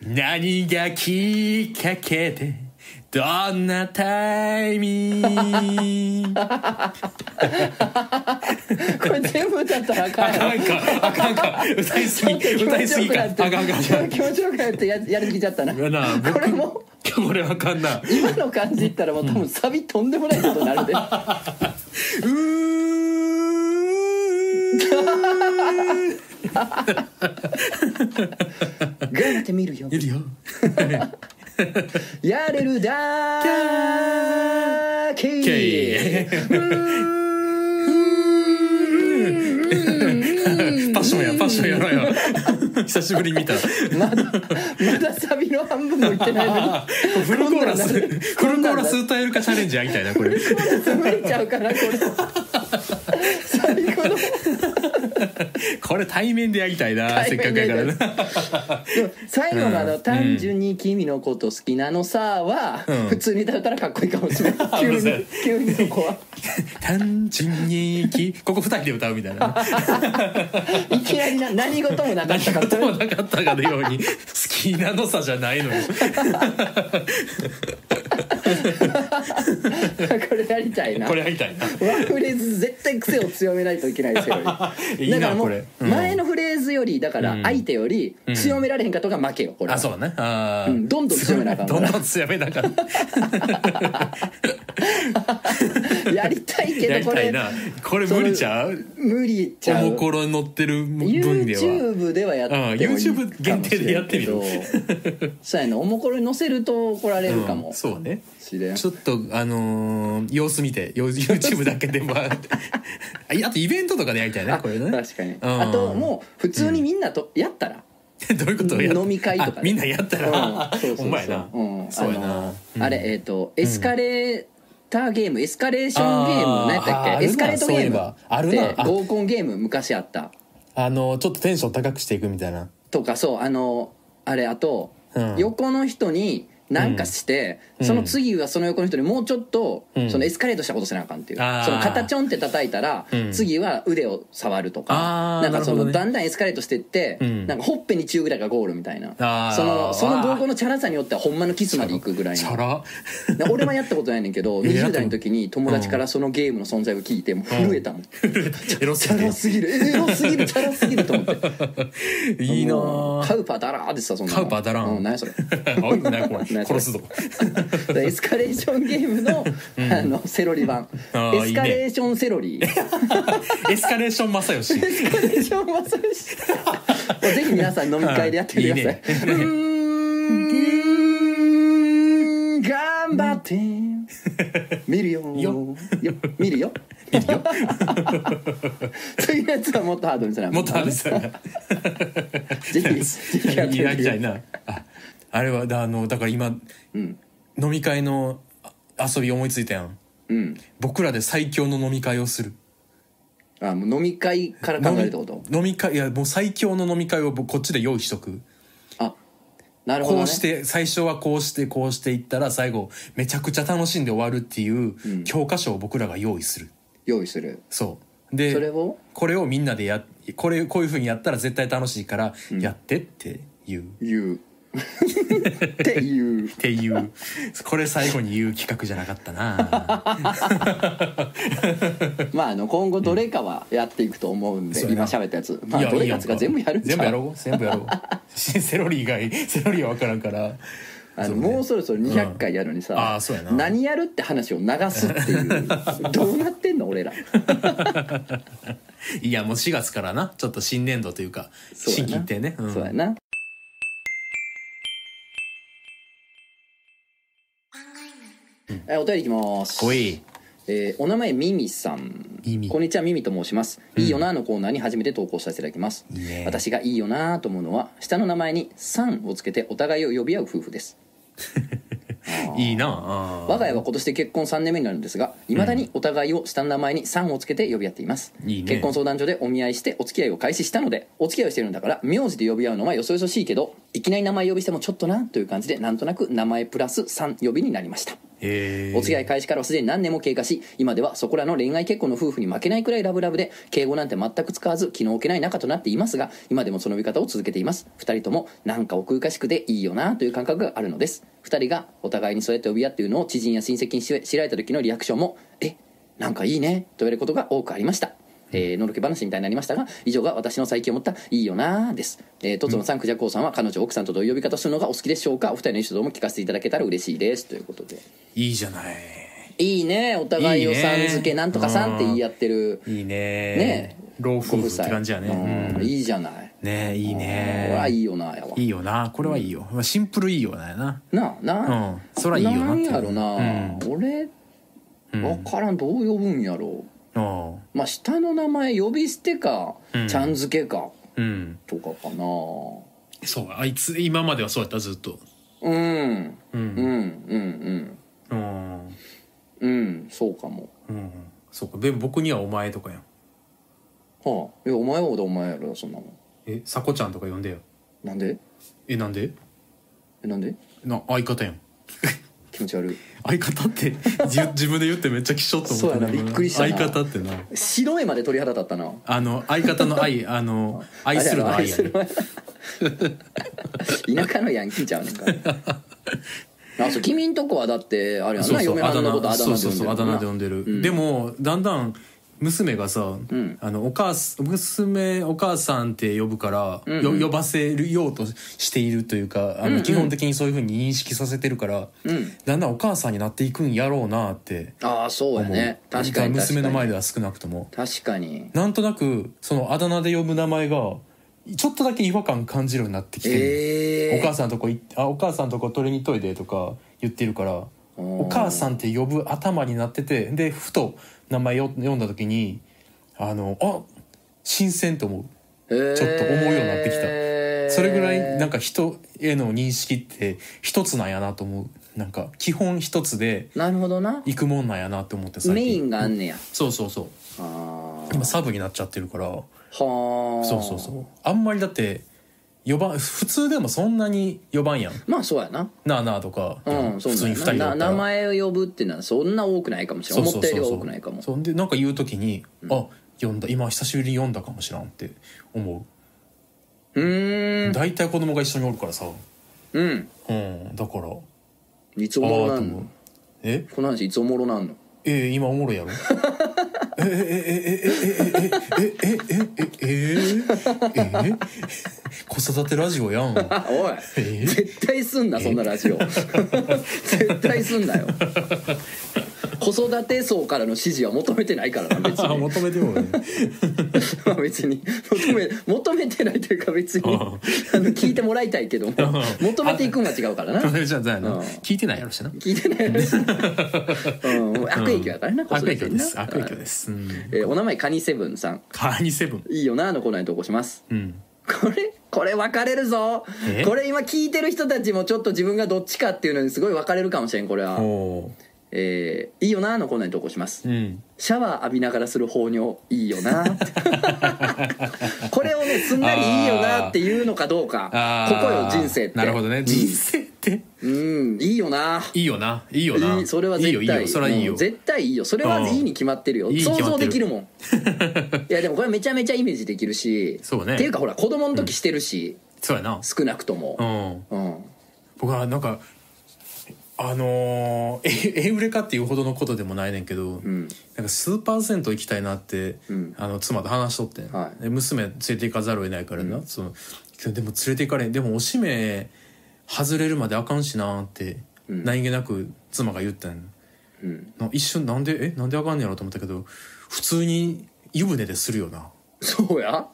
B: 何がきっかけでどんなタイミングあ
A: これ全部歌ったらあかん
B: か
A: よ
B: んかあかんか歌いすぎ
A: 気
B: 歌
A: 持
B: いす
A: ち
B: ぎ
A: よくな
B: かあ
A: っ
B: かんかあか
A: て
B: ん
A: 気持ちよくなってややりすぎちゃったな
B: やな僕
A: これも
B: これあかんな
A: 今の感じ言ったらもう多分サビとんでもないことにな るで
B: うー
A: 頑張ってみるよ
B: いるよ
A: やれるだけ
B: パッションやパッションやろうよ久しぶりに見た
A: まだまだサビの半分もいってないのに
B: フルコーラス
A: こんなんだ
B: フルコーラス歌えるかチャレンジやりたいなこれ
A: 潰れちゃうからこれ最後の
B: これ対面でやりたいなせっ
A: 対面
B: かく
A: で
B: や
A: やり
B: か
A: た
B: ら
A: いで
B: な
A: も最後のあの「単純に君のこと好きなのさ」は
B: うん
A: 普通に歌ったらかっこいいかもしれない
B: あ
A: 急
B: うるさ
A: に
B: い
A: 急にそこは
B: 単純に生きここ二人で歌うみたいな
A: いきなりな何事もなかったか
B: 何
A: ら
B: 事もなかったかのように好きなのさじゃないのよ
A: これやりたいな
B: これやりたいな
A: ワンフレーズ絶対癖を強めないといけないですよ
B: いいなこれ
A: 前のフレーズずよりだから
B: うん
A: 相手より
B: うん
A: 強められへんかとか負けよこれは
B: あそうだねあー、
A: うんどんどん強めなあかんか
B: ど
A: ら
B: んどん強めなあか ん
A: やりたいけ
B: や
A: ど
B: り
A: こ
B: たい
A: れ
B: なこれ無理ちゃう
A: 無理ち
B: お
A: ゃ
B: も
A: う
B: ころに載ってる分では
A: YouTube ではやってもいいかもしれんけど
B: うん YouTube 限定でやってみる
A: そうやねおもころに載せると怒られるか
B: う
A: も
B: ん、そうね
A: しれん
B: ちょっとあのー様子見てよ YouTube だけでもあ あとイベントとかでやりたいね
A: あ
B: これね
A: 確かに
B: ん
A: あともう普通にみんなとやったら
B: どういうことをやっ
A: 飲み会とかね
B: あみんなやったら
A: うんそうそうそう
B: ほんまやな
A: うん
B: そうやな
A: あの
B: うん
A: あれえっとエスカレーターゲームエスカレーションゲーム
B: あー
A: 何やった
B: あー
A: っ
B: あ
A: け
B: るな
A: エスカレートゲーム
B: そういえばあるな
A: で
B: あ
A: 合コンゲーム昔あった
B: あのちょっとテンション高くしていくみたいな
A: とかそうあのあれあと、
B: うん
A: 横の人に何かして、
B: うん
A: その次はその横の人にもうちょっと、
B: うん
A: そのエスカレートしたことせなあかんっていう
B: あー
A: その肩ちょんって叩いたら、
B: うん
A: 次は腕を触るとか
B: あー
A: なんかその、
B: なるほどね
A: だんだんエスカレートしてって、
B: うん
A: なんかほっぺに中ぐらいがゴールみたいな
B: あー
A: そのその合コンのチャラさによってはほんまのキスまでいくぐらい
B: チ
A: の
B: ャラ
A: で俺はやったことないねんけど
B: えやっ
A: 20
B: た
A: 代の時に友達からそのゲームの存在を聞いてもう震えたもん、
B: エロす
A: チ
B: ぎ
A: ャラすぎるエロすぎるチャラすぎると思って
B: ていいな
A: もう
B: ぁ
A: カウパーだらーってさそんなの
B: カウパーだらー
A: うん、何やそれ
B: 青いのないこれ
A: 何それ
B: 殺すぞ
A: エスカレーションゲーム の,、あのセロリ版
B: あー
A: エスカレーションセロリ
B: エスカレーション正
A: エ
B: 義
A: スカレーションはそれしぜひ皆さん飲み会でやってみてくださいうーん頑張って見るよ
B: よ
A: よ見るよ 次のやつはもっとハードにする
B: もっとあれさ
A: ぜひぜひや
B: や
A: ってみて
B: り
A: くだ
B: た
A: さ
B: い
A: い
B: なああれはだあのだから今
A: うん
B: 飲み会のあ遊び思いついたやん
A: うん
B: 僕らで最強の飲み会をする
A: あもう飲み会から考えるってこと
B: 飲み飲み会いやもう最強の飲み会を僕こっちで用意しとく
A: あなるほど、ね、
B: こうして最初はこうしてこうしていったら最後めちゃくちゃ楽しんで終わるっていう教科書を僕らが用意する、
A: 用意する
B: そうで
A: それを
B: これをみんなでやこれこういうふうにやったら絶対楽しいからやってっていう、っ
A: 言うっていう
B: ていうこれ最後に言う企画じゃなかったな
A: まああの今後どれかはやっていくと思うんで、
B: そうや
A: 今
B: な
A: 喋ったやつ まあ
B: や
A: どれ
B: いい
A: か
B: やん
A: つか全部やるんちゃう
B: 全部やろう全部やろ うセロリ以外セロリは分からんから
A: あの
B: そうね
A: もうそろそろ200回やるのにさ、
B: うんあーそうやな
A: 何やるって話を流すっていう どうなってんの俺ら
B: いやもう4月からなちょっと新年度というか
A: そうや
B: 新
A: な
B: 規ってね、うん
A: そうやなえーお便りいきます
B: おい
A: えーお名前ミミさん
B: ミミ
A: こんにちはミミと申します、いいよなのコーナーに初めて投稿させていただきます
B: いいね
A: 私がいいよなと思うのは下の名前に「さん」をつけてお互いを呼び合う夫婦です
B: いいなあ
A: 我が家は今年で結婚3年目になるんですがいまだにお互いを下の名前に「さん」をつけて呼び合っています
B: いいね
A: 結婚相談所でお見合いしてお付き合いを開始したのでお付き合いをしてるんだから名字で呼び合うのはよそよそしいけどいきなり名前呼びしてもちょっとなという感じでなんとなく名前プラス「さん」呼びになりました
B: えー
A: お付き合い開始からはすでに何年も経過し今ではそこらの恋愛結婚の夫婦に負けないくらいラブラブで敬語なんて全く使わず気の置けない仲となっていますが今でもその呼び方を続けています2人ともなんか奥ゆかしくでいいよなという感覚があるのです2人がお互いにそうやって呼び合っていうのを知人や親戚にし知られた時のリアクションも「えなんかいいね」と言われることが多くありましたえーのろけ話みたいになりましたが以上が私の最近思ったいいよなーです、えー、とつのさんクジャコウさんは彼女奥さんとどういう呼び方するのがお好きでしょうかお二人の意思も聞かせていただけたら嬉しいですということで
B: いいじゃない
A: いいねお互いをさん付
B: いい
A: け
B: ね
A: なんとかさんって言い合ってる
B: いいね
A: ねえ
B: 老夫婦って感じやね、
A: ご夫妻
B: うん
A: うんいいじゃない
B: ねえいい
A: これは
B: ね
A: いいよなやわ
B: いいよなこれはいいよ、まあ、シンプルいいよなやな
A: なあなあ、
B: うんそらいいよな
A: なんやろな、
B: う
A: 俺
B: うん
A: 分からんどう呼ぶんやろ
B: あ
A: まあ下の名前呼び捨てか、
B: うん
A: ちゃん付けか
B: あうん
A: とかかな
B: そうあいつ今まではそうやったずっと
A: うんうんう
B: う
A: ん
B: ん
A: うん
B: うん
A: うんそうかも
B: うんそうかでも僕には「お前」とかやん
A: はあいやお前はお前やろそんなもん
B: えさこちゃんとか呼んでよ
A: なんで
B: えなんで
A: えなんで
B: な相方やん
A: 気持ち悪い
B: 相方って 自自分で言ってめっちゃきしょっと思った
A: そうやなびっくりしたな
B: 相方ってな
A: 白目まで鳥肌立ったな
B: あの相方の愛 あの愛するの愛やね
A: 田舎のヤンキーちゃうねんから あそう君んとこはだってあれやんな
B: そうそう
A: 嫁はんのことあだ
B: そう
A: 名で
B: そうそうあだ名で
A: 呼
B: 呼
A: ん
B: んでる、
A: ん
B: でもだんだん娘がさ、
A: ん
B: あのお母す娘お母さんって呼ぶから、
A: んうん
B: よ呼ばせるようとしているというかあの、基本的にそういうふうに認識させてるから、
A: うん
B: だんだんお母さんになっていくんやろうなって
A: ああそうや
B: 思う、
A: ね確かに確か
B: 娘
A: に
B: の前では少なくとも
A: 確かに
B: なんとなくそのあだ名で呼ぶ名前がちょっとだけ違和感感じるようになってきてる、
A: ええ
B: お母さんとこ行ってあお母さんとこ取りに行っといでとか言ってるから
A: うん
B: お母さんって呼ぶ頭になっててでふと名前を読んだ時にあのあ新鮮と思う
A: ちょ
B: ちょっと思うようになってきた
A: た
B: それぐらいなんか人への認識って一つなんやなと思うなんか基本一つで
A: なるほどな
B: 行くもんなんやなって思って
A: メインがあんねや
B: そうそうそう
A: あー
B: 今サブになっちゃってるから
A: はあ
B: そうそうそうあんまりだって4番普通でもそんなに4番やん
A: まあそうやな
B: なあなあとか、
A: うん、
B: 普
A: そう
B: 通に2人
A: だ
B: だっ
A: よ
B: た
A: な
B: ら
A: な名前を呼ぶっていうのはそんな多くないかもしれない思ったよりは多くないかも
B: そうでなんか言う時に、あ読んだ今久しぶりに読んだかもしらんって思
A: うー
B: うん大体、子供が一緒におるからさ
A: うん
B: うんだからあ
A: いつお
B: あ
A: もろ
B: と
A: な
B: 思
A: ん
B: う
A: の
B: え
A: この話いつおもろなんの
B: え今おもろいやろえええええええええええええええええ子育てラジオやん
A: あおい
B: え
A: 絶対すんなそんなラジオ絶対すんなよ子育て層からの支持は求めてないからな別に
B: 求めてもね
A: まあ別に求め求めてないというか別に
B: う
A: あ
B: ん
A: の聞いてもらいたいけども求めていくんが違うからな
B: 求めちゃうや
A: うん
B: な聞いてないやろしな
A: 聞いてないです、 うん、悪影響やからな、子
B: 悪
A: 育て
B: 影
A: にな
B: 響です悪影響ですうん
A: えーお名前カニセブンさん
B: カーニセブン
A: いいよなあのコーナーに投稿します
B: うん
A: これこれ分かれるぞ
B: え
A: これ今聞いてる人たちもちょっと自分がどっちかっていうのにすごい分かれるかもしれんこれは、
B: おー
A: えーいいよなあのコーナーに投稿します
B: うん
A: シャワー浴びながらする放尿いいよ なこれをねすんなりいいよなっていうのかどうか
B: あ
A: こ
B: ー
A: こよ人生って
B: なるほどね人生って
A: うんいいよない
B: いよないいよない
A: いそれは絶対
B: いいよいいよそれはいいよ、
A: うん絶対いいよそれはいいに決まってるよ、
B: うんいいに
A: 想
B: 決ま
A: 像
B: って
A: で
B: る
A: きるもん いやでもこれめちゃめちゃイメージできるし
B: そうね
A: っていうかほら子供の時してるし、
B: そうやな
A: 少なくとも
B: うん
A: うん
B: 僕はなんかあのー、えエウ レカっていうほどのことでもないねんけど、
A: ん
B: なんかスーパー銭湯行きたいなって、
A: ん
B: あの妻と話しとってん、
A: はい
B: で娘連れて行かざるを得ないからな、そのでも連れて行かれんでもおしめ外れるまであかんしなって、何気なく妻が言ったん、
A: うん
B: な一瞬なんでえなんであかんねやろと思ったけど普通に湯船でするよな
A: そうや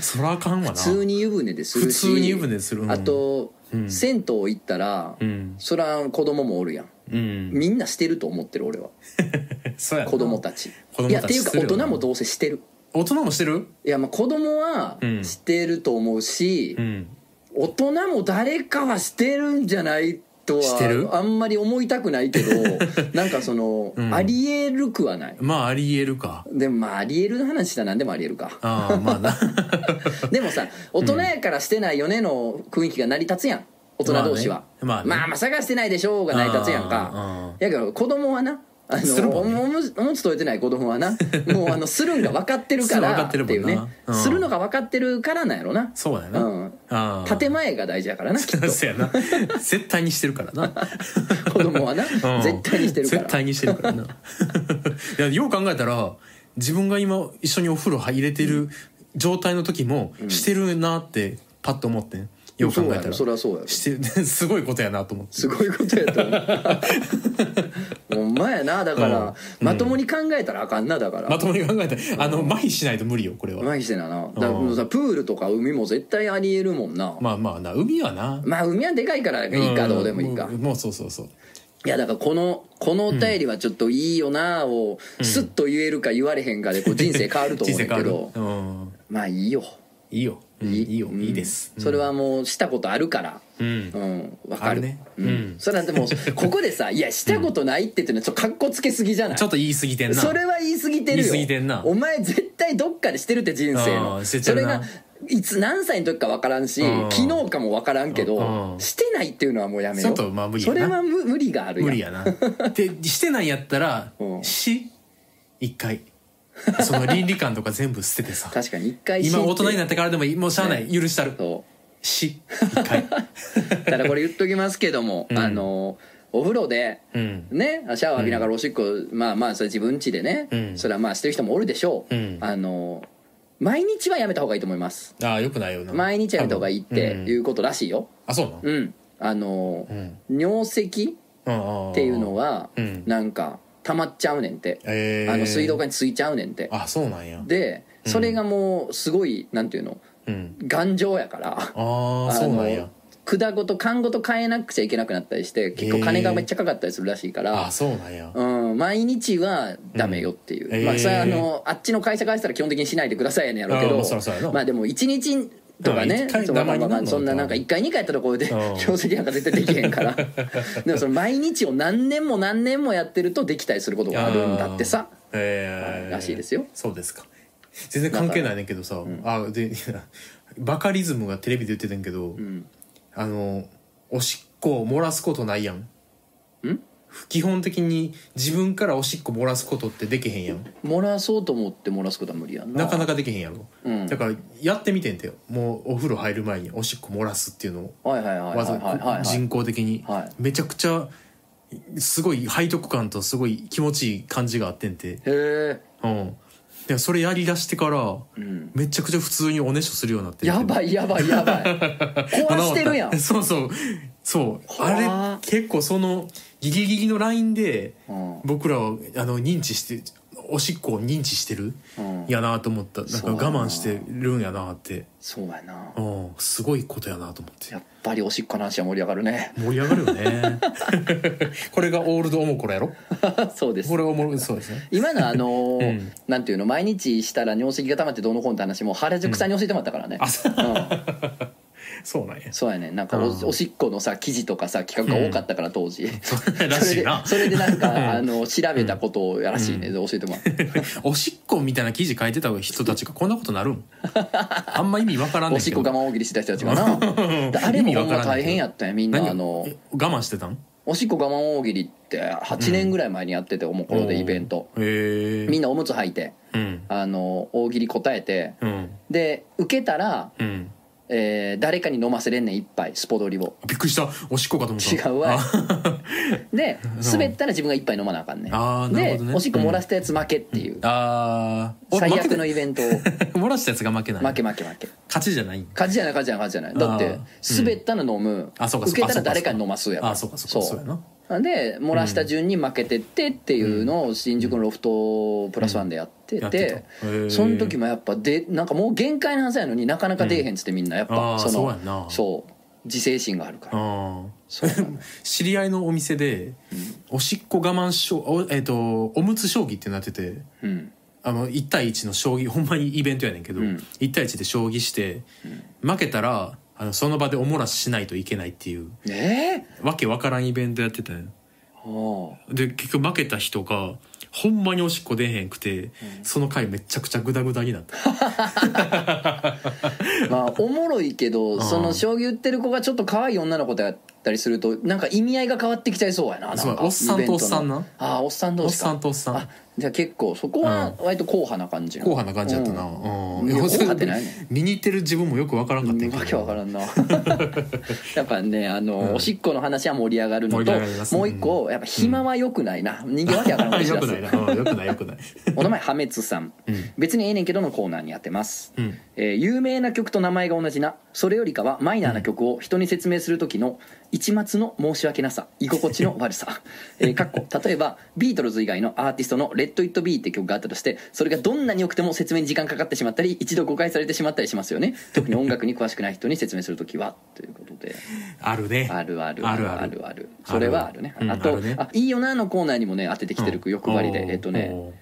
B: そらあかんわな
A: 普通に湯船です
B: 普
A: るし
B: 通に湯船するうん
A: あと、銭湯行ったら、
B: ん
A: そら子供もおるやん
B: うん
A: みんなしてると思ってる俺は
B: そうやな
A: 子供たち
B: 子供たち
A: いやっていうか
B: する
A: 大
B: よな
A: 人もどうせしてる
B: 大人もしてる
A: いやまあ子供は
B: うん
A: してると思うし、
B: うん
A: 大人も誰かはしてるんじゃないと
B: してる
A: はあんまり思いたくないけ どなんかその、
B: ん
A: ありえるくはない
B: まあありえるか
A: でもまあありえる話だ何でもありえるか
B: ああ まあな
A: でもさ大人やからしてないよねの雰囲気が成り立つやん大人同士は、
B: まあねまあね
A: まあまさかしてないでしょうが成り立つやんか
B: あ
A: やけど子供はなあ
B: する
A: の
B: も
A: お
B: んね
A: むおむおむつ解いてない子供は なもうあのするんが分かってるからって
B: するん
A: いう
B: 分
A: ね
B: かってるもんなうん
A: するのが分かってるからなんやろな
B: そうやな、
A: うん
B: ああ
A: 建前が大事やからなきっと
B: そうやな絶対にして るからな、
A: 子供はな、
B: うん
A: 絶対にしてるから
B: 絶対にしてるからな いやよう考えたら自分が今一緒にお風呂入れてる状態の時もしてるなってパッと思ってんよう考えたら
A: そうやろそりゃそうやろ
B: してるすごいことやなと思って
A: すごいことやと 思うほんまやなだから、
B: うん
A: まともに考えたらあかんなだから
B: まともに考えたらあの麻痺しないと無理よこれは、
A: まいしてななだから
B: うん
A: さプールとか海も絶対ありえるもんな、ま
B: まあまあな海はな
A: あ海はでかいからいいかどうでもいいか、
B: んもうそうそうそう
A: いやだからこのこのお便りはちょっといいよなをスッと言えるか言われへんかでこう人生変わると思 うん
B: 人生
A: だ
B: 変わ
A: けど
B: るうん
A: まあいいよ
B: いいよ、うんいいよ、いいです
A: それはもうしたことあるから
B: うん
A: うんわか
B: あ
A: る
B: るね
A: う
B: うん
A: ん、それはでもここでさ「いやしたことない」って言ってるのちょっとかっこつけすぎじゃない
B: ちょっと言い過ぎてんな
A: それは言い過ぎてるよ
B: 言い過ぎてんな
A: お前絶対どっかでしてるって人生
B: う
A: の
B: んして
A: そ
B: て
A: れ
B: る
A: が
B: ない
A: つ何歳の時か分からんし
B: うん
A: 昨日かも分からんけ
B: う
A: ど
B: ん
A: してないっていうのはもうやめよう
B: ちょっとまあ無理
A: そ
B: やな
A: れは無無理があるやん
B: 無理やなでしてないやったら
A: うん
B: し一回その倫理観とか全部捨ててさ
A: 確かに一回
B: 今大人にな
A: っ
B: ってからでもいいもうしゃあない許したる
A: そう
B: し一回
A: ただこれ言っときますけども、あのお風呂で、
B: うん
A: ね、シャワー浴びながらおしっこ、まあまあそれ自分家でね、
B: うん
A: それはまあしてる人もおるでしょう、
B: うん
A: あの毎日はやめた方がいいと思います
B: ああよくないよな
A: 毎日はやめた方がいいって
B: うん
A: いうことらしいよ
B: あそうなの
A: うん、あの、
B: うん
A: 尿石
B: っ
A: っていうのは
B: うん
A: なんか溜まっちゃうねんて、
B: えー
A: あの水道管についちゃうねんて
B: あそうなんや
A: でそれがもうすごいなんていうの
B: うん
A: 頑丈やから
B: ああ
A: あ
B: そうなんや
A: の管ごと缶ごと変えなくちゃいけなくなったりして結構金がめっちゃかかったりするらしいか
B: あ
A: ら、
B: そうなんや
A: うん、毎日はダメよっていう、
B: うん
A: まあ
B: えー
A: それはあのあっちの会社からしたら基本的にしないでくださいやねんやろうけ
B: あー
A: ど
B: まあそらそうやな
A: まあでも1日とか
B: う
A: ね
B: ん一回
A: そうまあまあ
B: 生に
A: ま
B: な
A: あ
B: るの
A: そんななんか1回2回やったところで
B: うん
A: 定石なんか絶対できへんから でもその毎日を何年も何年もやってるとできたりすることがあるんだってさ
B: あーえー
A: らしいですよ
B: そうですか全然関係ないねんけどさ、あで バカリズムがテレビで言ってたんやけど、あのおしっこを漏らすことないやん基本的に自分からおしっこ漏らすことってできへんやん
A: 漏らそうと思って漏らすことは無理やんな
B: なかなかできへんやろ、
A: うん
B: だからやってみてんてよもうお風呂入る前におしっこ漏らすっていうのを
A: はいはいはいは
B: わ
A: い
B: ざ
A: はいはい
B: 人工的に、
A: はい
B: めちゃくちゃすごい背徳感とすごい気持ちいい感じがあってんて、
A: へ
B: うん、でそれやりだしてから、
A: ん
B: めちゃくちゃ普通におねしょするようになって
A: え
B: んて
A: やばいやばいや ばい壊してるやん
B: そうそうそう
A: 怖っ
B: あれ結構そのギリギリのラインで
A: うん
B: 僕らはあの認知しておしっこを認知してる、
A: うん
B: やなと思ったなんか
A: そうやな
B: 我慢してるんやなって
A: そうやな
B: うんすごいことやなと思って
A: やっぱりおしっこの話は盛り上がるね
B: 盛り上がるよね これがオールドオモコロやろ
A: そうです
B: これおもろそうですね
A: 今のあのー
B: うん
A: なんていうの毎日したら尿石が溜まってどうのこうのって話も原宿さんに教えてもらったからね、うん
B: そうなんや
A: そうやねなんか
B: うん
A: おおしっこのさ記事とかさ企画が多かったから当時、
B: らしいな
A: それでそれでなんかあの調べたことをやらしいね、で教えてもらって
B: おしっこみたいな記事書いてた人たちがこんなことなるんあんま意味わからんね
A: お
B: ん
A: し
B: け
A: っ
B: ど
A: こ我慢大喜利してた人たちがな であれもほんま大変やったんやみん
B: 何
A: な
B: を
A: あの
B: え我慢してたん
A: おしっこ我慢大喜利って8年ぐらい前にやってておもころでイベント、
B: へえ
A: みんなおむつ履いて
B: うん
A: あの大喜利答えて
B: うん
A: で受けたら、
B: うん
A: えー誰かに飲ませれんねん一杯スポドリを
B: びっくりしたおしっこかと思った
A: 違うわ
B: あ
A: で滑ったら自分が一杯飲まなあかんねん
B: あーなるほどね
A: でおしっこ漏らしたやつ負けっていう、
B: あーお
A: 最
B: 負け
A: 悪
B: て
A: のイベントを
B: 漏らしたやつが負けない
A: 負け負け負け
B: 勝ちじゃない
A: 勝ちじゃない勝ちじゃない勝ちじゃないだっ
B: あ
A: て
B: ーうん
A: 滑ったら飲む、
B: あそうかそう
A: 受
B: か
A: けたら誰かに飲ますやから
B: あそうかそうかそうやな
A: なんで漏らした順に負けてってっていうのを新宿のロフトプラスワンでやって
B: やって
A: て、
B: たへー
A: その時もやっぱでなんかもう限界のはずやのになかなか出えへんっつってみんなやっぱ、
B: あー
A: その
B: そうやんな
A: そう自制心があるから
B: あー
A: そうなのよ
B: 知り合いのお店でおしっこ我慢しょお,、えー、とおむつ将棋ってなってて
A: うん
B: あの1対1の将棋ほんまにイベントやねんけど、
A: うん
B: 1対1で将棋して、負けたらあのその場でおもらししないといけないっていう
A: え
B: わけわからんイベントやってたんよ
A: ー、お
B: で結局負けた人がほんまにおしっこ出へんくて、その回めちゃくちゃグダグダになった
A: まあおもろいけど
B: ん
A: その将棋売ってる子がちょっと可愛い女の子だったりするとなんか意味合いが変わってきちゃいそうやななんか
B: そうおっさんと
A: イベントの
B: おっさんな
A: ああおっさん
B: お
A: 同
B: っ
A: 士
B: さん
A: か
B: とおっさん
A: あじゃあ結構そこは割と硬派な感じな
B: 硬派な感じだったな、
A: う
B: うん
A: いや硬派ってないね
B: 見に行ってる自分もよくわからんかったんやけど
A: わけわから んなやっぱねあの、おしっこの話は盛り上がるの
B: 盛り
A: と
B: 上がります
A: もう一個やっぱ暇は良くないな、人間わけわからんこと し
B: よ
A: だ
B: く
A: す
B: ないな、うんよくないよくない
A: お名前破滅さん、別にええねんけどのコーナーにやってます、
B: うん
A: えー有名な曲と名前が同じなそれよりかはマイナーな曲を人に説明する時の一末の申し訳なさ居心地の悪 さ、えー、かっこ例えばビートルズ以外のアーティストの「レッド・イット・ビー」って曲があったとしてそれがどんなに良くても説明に時間かかってしまったり一度誤解されてしまったりしますよね特に音楽に詳しくない人に説明する時はということ で
B: あるね
A: あるある
B: ある
A: あ
B: あ
A: る
B: る
A: あるそれはあるね
B: ある
A: あと
B: うんあるね
A: あ「いいよな」のコーナーにもね当ててきてる欲張りで
B: うん
A: えっとね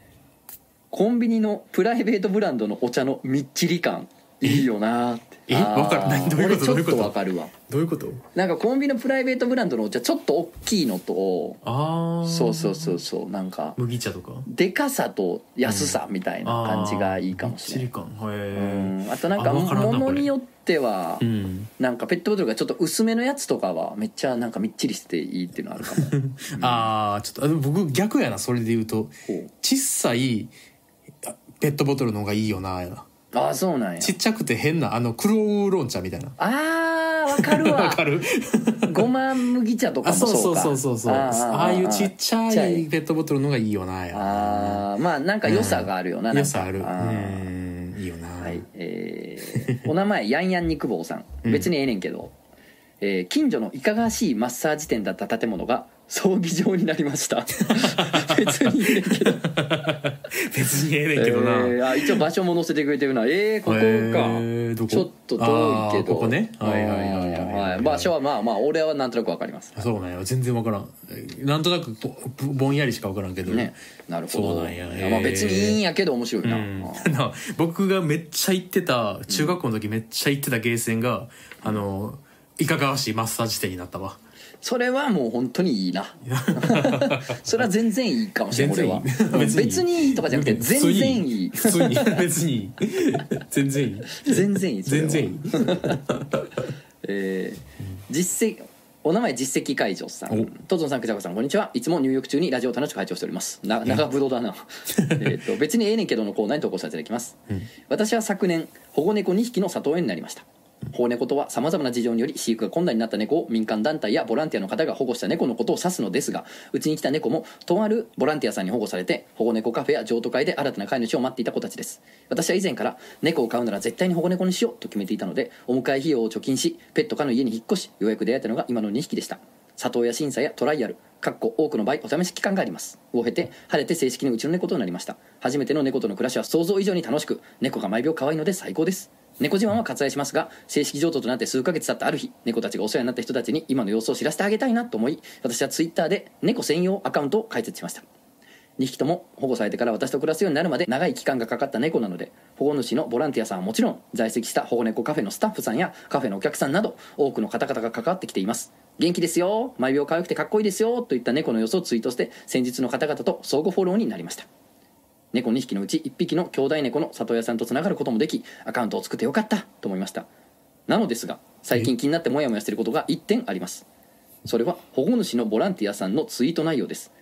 A: コンビニのプライベートブランドのお茶のみっちり感いいよなーって
B: え
A: あー
B: わかる何どういうこと
A: 俺ちょっ
B: どういう
A: と
B: こと
A: わかるわ
B: どういうこと
A: なんかコンビニのプライベートブランドのお茶ちょっと大きいのと
B: ああ
A: そうそうそうそうなんか
B: 麦茶とか
A: でかさと安さみたいな感じがいいかもしれない、
B: ない
A: うん、あとなんか
B: あわからんな
A: 物
B: これ
A: によっては
B: うん
A: なんかペットボトルがちょっと薄めのやつとかはめっちゃなんかみっちりしてていいっていうのあるかも
B: あーちょっとあでも僕逆やなそれで言うと
A: ほう
B: 小さいあペットボトルの方がいいよなやな
A: ああそうなんや
B: ちっちゃくて変なあの黒ウーロン茶みたいな
A: あああ分かるわ
B: わかる
A: ごま麦茶とか
B: あ
A: も
B: そう
A: そ
B: そうう
A: か
B: そうそうそうああいうちっちゃ
A: ちっちゃ
B: い
A: い
B: ペットボトルのがいいよな
A: ああまあなんか良さがあるよな,、なんか、
B: 良さあるう
A: ー
B: んいいよな
A: はいえー お名前やんやん肉坊さん別にええねんけど、えー近所のいかがわしいマッサージ店だった建物が 葬儀場になりました 別にええねんけど
B: 別にええねんけどな
A: えーあ一応場所も載せてくれてるなえー、ここか、
B: えーどこ
A: ちょっと遠いけど
B: あーここねはいはいはいはいはい
A: はい場所はまあまあ俺はなんとなくわかります
B: そうなんや全然わからんなんとなくぼぼんやりしかわからんけど
A: ねなるほど
B: そうなんや
A: いまあ、別にいいんやけど面白いな、
B: うん
A: あー
B: な僕がめっちゃ行ってた中学校の時めっちゃ行ってたゲーセンが、あのいかがわしいマッサージ店になったわ
A: それはもう本当にいい なそれは全然いいかもしれない俺は
B: 別にいい
A: 別にいいとかじゃなくて全然いい
B: 普通に 別にい い全然いい
A: 全然いいそれ
B: 全
A: は
B: 然 いい
A: えー実績お名前実績解除さ
B: お
A: んとぞんさんくちゃこさんこんにちはいつも入浴中にラジオを楽しく拝聴しておりますな長ぶどだなえーと別にええねんけどのコーナーに投稿させていただきます、私は昨年保護猫2匹の里親になりました保護猫とはさまざまな事情により飼育が困難になった猫を民間団体やボランティアの方が保護した猫のことを指すのですがうちに来た猫もとあるボランティアさんに保護されて保護猫カフェや譲渡会で新たな飼い主を待っていた子たちです私は以前から猫を飼うなら絶対に保護猫にしようと決めていたのでお迎え費用を貯金しペット可の家に引っ越しようやく出会えたのが今の2匹でした里親審査やトライアルかっこ多くの場合お試し期間がありますを経て晴れて正式にうちの猫となりました初めての猫との暮らしは想像以上に楽しく猫が毎秒可愛いので最高です猫自慢は割愛しますが正式譲渡となって数ヶ月経ったある日猫たちがお世話になった人たちに今の様子を知らせてあげたいなと思い私はツイッターで猫専用アカウントを開設しました2匹とも保護されてから私と暮らすようになるまで長い期間がかかった猫なので保護主のボランティアさんはもちろん在籍した保護猫カフェのスタッフさんやカフェのお客さんなど多くの方々が関わってきています元気ですよ毎秒可愛くてかっこいいですよといった猫の様子をツイートして先日の方々と相互フォローになりました猫2匹のうち1匹の兄弟猫の里親さんとつながることもできアカウントを作ってよかったと思いましたなのですが最近気になってモヤモヤしていることが1点ありますそれは保護主のボランティアさんのツイート内容です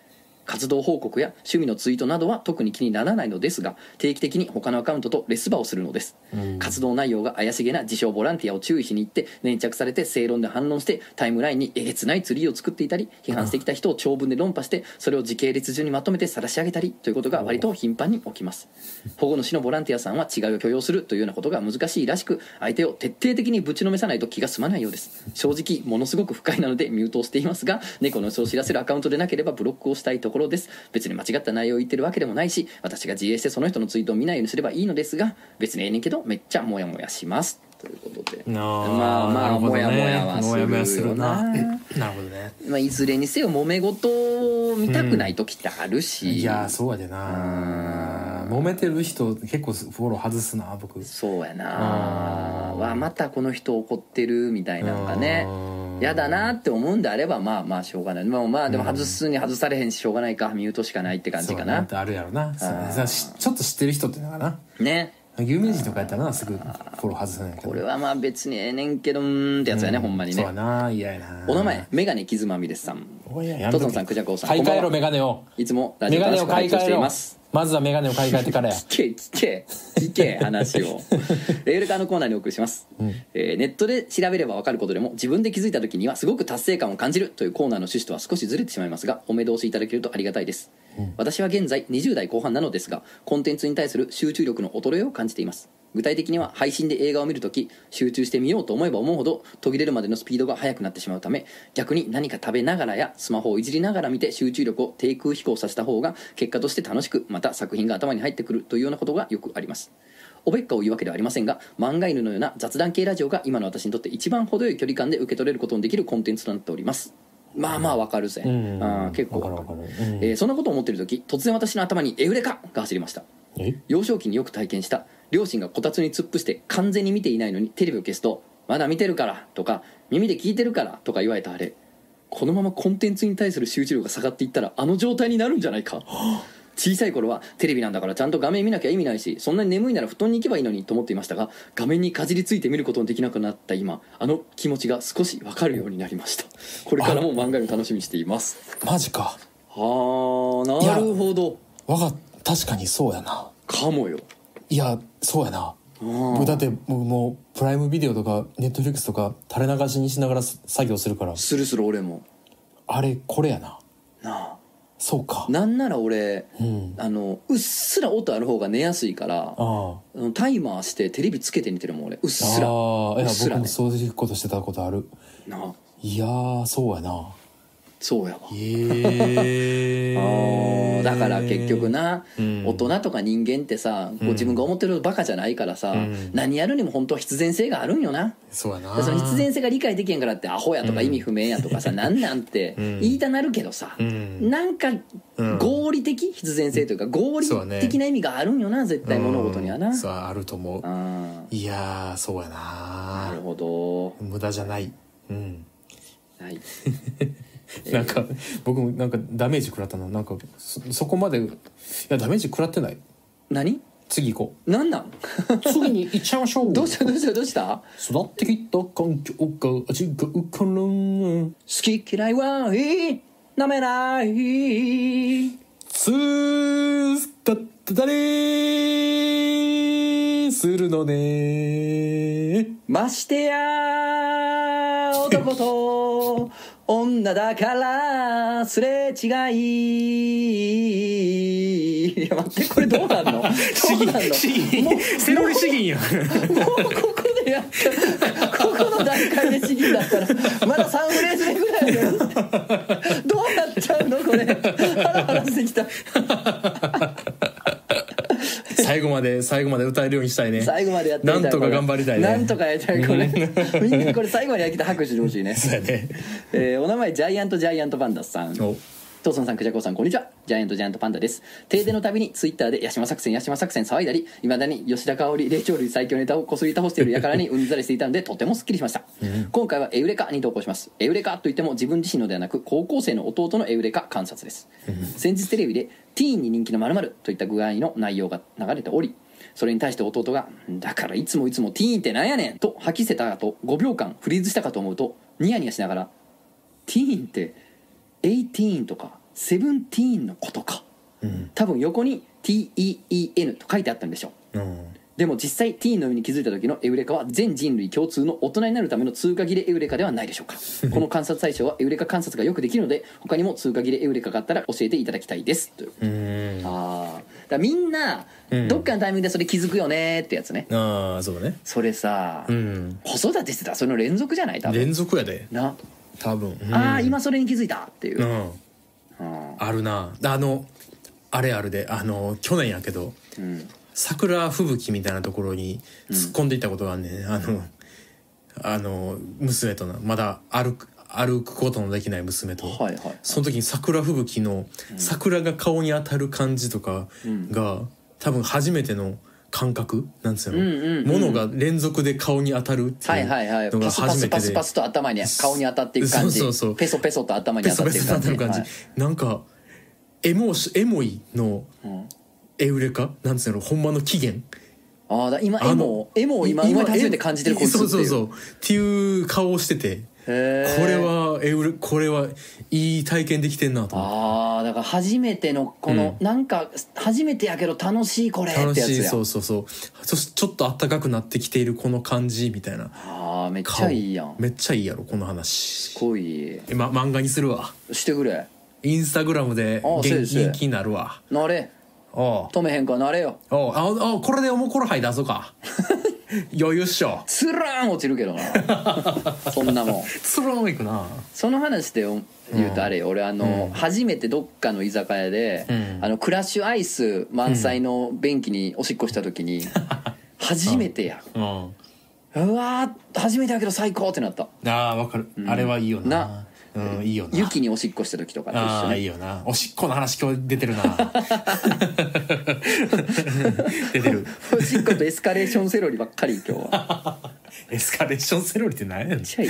A: 活動報告や趣味のツイートなどは特に気にならないのですが定期的に他のアカウントとレスバをするのです、活動内容が怪しげな自称ボランティアを注意しに行って粘着されて正論で反論してタイムラインにえげつないツリーを作っていたり批判してきた人を長文で論破してそれを時系列順にまとめて晒し上げたりということが割と頻繁に起きます保護主のボランティアさんは違いを許容するというようなことが難しいらしく相手を徹底的にぶちのめさないと気が済まないようです正直ものすごく不快なのでミュートをしていますが猫の様子を知らせるアカウントでなければブロックをしたいところです別に間違った内容を言ってるわけでもないし私が自衛してその人のツイートを見ないようにすればいいのですが別にええねんけどめっちゃモヤモヤしますということで
B: あー
A: まあま
B: な
A: あ
B: るほど
A: モ
B: ね
A: ヤモヤは
B: もやもやす
A: するよ
B: る
A: な
B: な なるほどね
A: まあ、いずれにせよ揉め事を見たくない時ってあるし、
B: いやーそうやでな揉めてる人結構フォロー外すな僕
A: そうやな
B: うん
A: わまたこの人怒ってるみたいなんかね
B: うん
A: やだなって思うんであればまあまあしょうがないまあまあでも外すに外されへんししょうがないかミュートしかないって感じ
B: そう
A: か
B: や
A: な
B: なってあるやろなそうや
A: あ
B: な
A: ー
B: さしちょっと知ってる人っていうのかな
A: ね
B: 有名人とかやったらなすぐフォロー外せないけど
A: これはまあ別にええねんけどうーんってやつやね、ほんまに
B: そうや
A: ね
B: な嫌やな
A: お名前メガネ傷まみれさん
B: おいややめ
A: ト
B: と
A: ト
B: け
A: ンさんクジャコウさん
B: 買い替え
A: こ
B: ろ
A: んばん
B: メ
A: はい
B: ガネを
A: いつもラジオ
B: メガ
A: 楽
B: ネ
A: し
B: を
A: く
B: 買
A: 拝
B: い
A: 聴
B: 替
A: し
B: え
A: てい
B: ろ
A: ます
B: まずはメガネを買い替えてから や
A: 聞け聞け聞け話 をレールカーのコーナーにお送りします、えーネットで調べれば分かることでも自分で気づいた時にはすごく達成感を感じるというコーナーの趣旨とは少しずれてしまいますがお目通しいただけるとありがたいです、私は現在20代後半なのですがコンテンツに対する集中力の衰えを感じています具体的には配信で映画を見るとき集中してみようと思えば思うほど途切れるまでのスピードが速くなってしまうため逆に何か食べながらやスマホをいじりながら見て集中力を低空飛行させた方が結果として楽しくまた作品が頭に入ってくるというようなことがよくありますおべっかを言うわけではありませんが漫画犬のような雑談系ラジオが今の私にとって一番程よい距離感で受け取れることのできるコンテンツとなっておりますまあまあわかるぜ、
B: ん
A: あー結構
B: わかるわかるうん
A: えーそんなことを思っている時突然私の頭に「エウレカ!」が走りました
B: え
A: 幼少期によく体験した両親がこたつに突っ伏して完全に見ていないのにテレビを消すと「まだ見てるから」とか「耳で聞いてるから」とか言われたあれこのままコンテンツに対する集中力が下がっていったらあの状態になるんじゃないか小さい頃はテレビなんだからちゃんと画面見なきゃ意味ないしそんなに眠いなら布団に行けばいいのにと思っていましたが画面にかじりついて見ることのできなくなった今あの気持ちが少し分かるようになりましたこれからも漫画を楽しみにしています
B: マジか
A: はあなるほど
B: わかっ確かにそうやな
A: かもよ
B: いやそうやな
A: う
B: 僕だってもうもうプライムビデオとかネットフリックスとか垂れ流しにしながらす作業するから
A: するする俺も
B: あれこれやな
A: な
B: そうか
A: あなんなら俺、
B: うん
A: あのうっすら音ある方が寝やすいからあ
B: あ
A: のタイマーしてテレビつけて寝てるもん俺うっ
B: あ
A: すら
B: ああいうや
A: っす
B: 僕
A: ら
B: も
A: ね
B: そういうことしてたことある
A: なあ
B: いやーそうやな
A: そうやわ
B: え
A: あーだから結局な、
B: うん
A: 大人とか人間ってさこう自分が思ってるバカじゃないからさ、
B: うん
A: 何やるにも本当は必然性があるんよな
B: そうやな
A: その必然性が理解できへんからってアホやとか意味不明やとか さ、なんなんって
B: うん
A: 言いたなるけどさ、
B: うん
A: なんか
B: うん
A: 合理的必然性というか合理
B: そうだね
A: 的な意味があるんよな絶対物事にはな、
B: う
A: あ
B: んそうあると思う
A: あ
B: いやーそうや
A: なる
B: な
A: ほど、
B: 無駄じゃないうん
A: はい、
B: なんか僕もなんかダメージ食らったななんかそそこまでいやダメージ食らってない
A: 何
B: 次 行こ
A: 何なん
B: う次に行っちゃいましょう
A: どうしたどうしたどうした
B: 育ってきた環境が違うから
A: 好き嫌いはいいなめない
B: すーだだだれーするのね
A: ましてや男と女だからすれ違いいや待ってこれどうなんの どうなんの
B: セロリ詩吟や
A: もうここでやったここの段階で市議だったらまだ3フレーズ目ぐらいでどうなっちゃうのこれハラハラしてきた
B: 最後まで最後まで歌えるようにしたいね
A: 最後までやってみたい
B: なんとか頑張りたいね
A: なんとかやりたいこれみんなこれ最後までやりきた拍手してほしいね、
B: そうやね
A: えーお名前ジャイアントジャイアントパンダさん
B: お
A: 父さんさんクジャコさんこんにちはジャイアントジャイアントパンダです停電のたびにツイッターでヤシマ作戦ヤシマ作戦騒いだりいまだに吉田香織霊長類最強ネタをこすり倒している輩にうんざりしていたのでとてもすっきりしました、今回はエウレカに投稿しますエウレカといっても自分自身のではなく高校生の弟のエウレカ観察です、先日テレビでティーンに人気の〇〇といった具合の内容が流れておりそれに対して弟が「だからいつもいつもティーンってなんやねん!」と吐き捨てた後5秒間フリーズしたかと思うとニヤニヤしながら「ティーンって18とか17のことか
B: うん
A: 多分横に TEEN と書いてあったんでしょう
B: うん
A: でも実際ティーンの上に気づいた時のエウレカは全人類共通の大人になるための通過切れエウレカではないでしょ うかこの観察対象はエウレカ観察がよくできるので他にも通過切れエウレカがあったら教えていただきたいですという
B: うん
A: ああだからみんな
B: うん
A: どっかのタイミングでそれ気づくよねってやつね
B: ああそうだね
A: それさ、
B: うん
A: 子育てしてたらそれの連続じゃない多分
B: 連続やで
A: な、
B: 多分うん
A: ああ今それに気づいたっていう、
B: うん
A: うん
B: あるなあのあれあるであの去年やけど
A: うん
B: 桜吹雪みたいなところに突っ込んでいったことがあんねん、あのあの娘となまだ歩く歩くことのできない娘と、
A: はいはい
B: その時に桜吹雪の桜が顔に当たる感じとかが、多分初めての感覚なんですよね、
A: うんうんうん
B: ものが連続で顔に当たるって
A: はいいはいは
B: う
A: い
B: のが
A: パスパ
B: 初
A: ス
B: めて
A: パス
B: で
A: パスと頭に顔に当たっていく感じ
B: そうそうそう
A: ペソペソと頭に
B: ペ
A: 当た
B: ソ
A: っ
B: ペ
A: てい
B: ソ
A: く感
B: 当
A: じ
B: たる感じ、なんかエモーシエモいの
A: はいうん
B: エウレカなんつうのほんまの起源
A: ああだ今エ
B: あの
A: モをエモを今今初めて感じてるこいつってい
B: そううそうそうっていう顔をしててこ
A: へー
B: れはえうれこれはいい体験できてんなと思っ
A: ああだから初めてのこの、なんか初めてやけど楽しいこれって
B: て
A: や
B: 楽
A: つや
B: しいそうそうそうそしちょっとあったかくなってきているこの感じみたいな
A: ああめっち
B: 顔
A: ゃいいやん
B: めっちゃいいやろこの話
A: こいい
B: え、ま、漫画にするわ
A: してくれ
B: インスタグラムで
A: あそう
B: 元
A: ですね
B: 人気になるわ
A: なれ
B: おう
A: 止めへんからなれよ
B: おうああこれでおもころ杯出そ うか余裕っしょ
A: つらーん落ちる けどなそんなもん
B: つるんいくな
A: その話で言うとあれよ、俺あの、初めてどっかの居酒屋で、
B: うん
A: あのクラッシュアイス満載の便器におしっこした時に、初めてや、
B: うんあ
A: うわー初めてやけど最高ってなった
B: あわかる、あれはいいよなうんいいよな
A: 雪におしっこした時とかと
B: あ
A: 一緒
B: あい
A: に
B: いよなおしっこの話今日出てるな出てる
A: おしっことエスカレーションセロリばっかり今日は
B: エスカレーションセロリって何やねん
A: めっちゃいい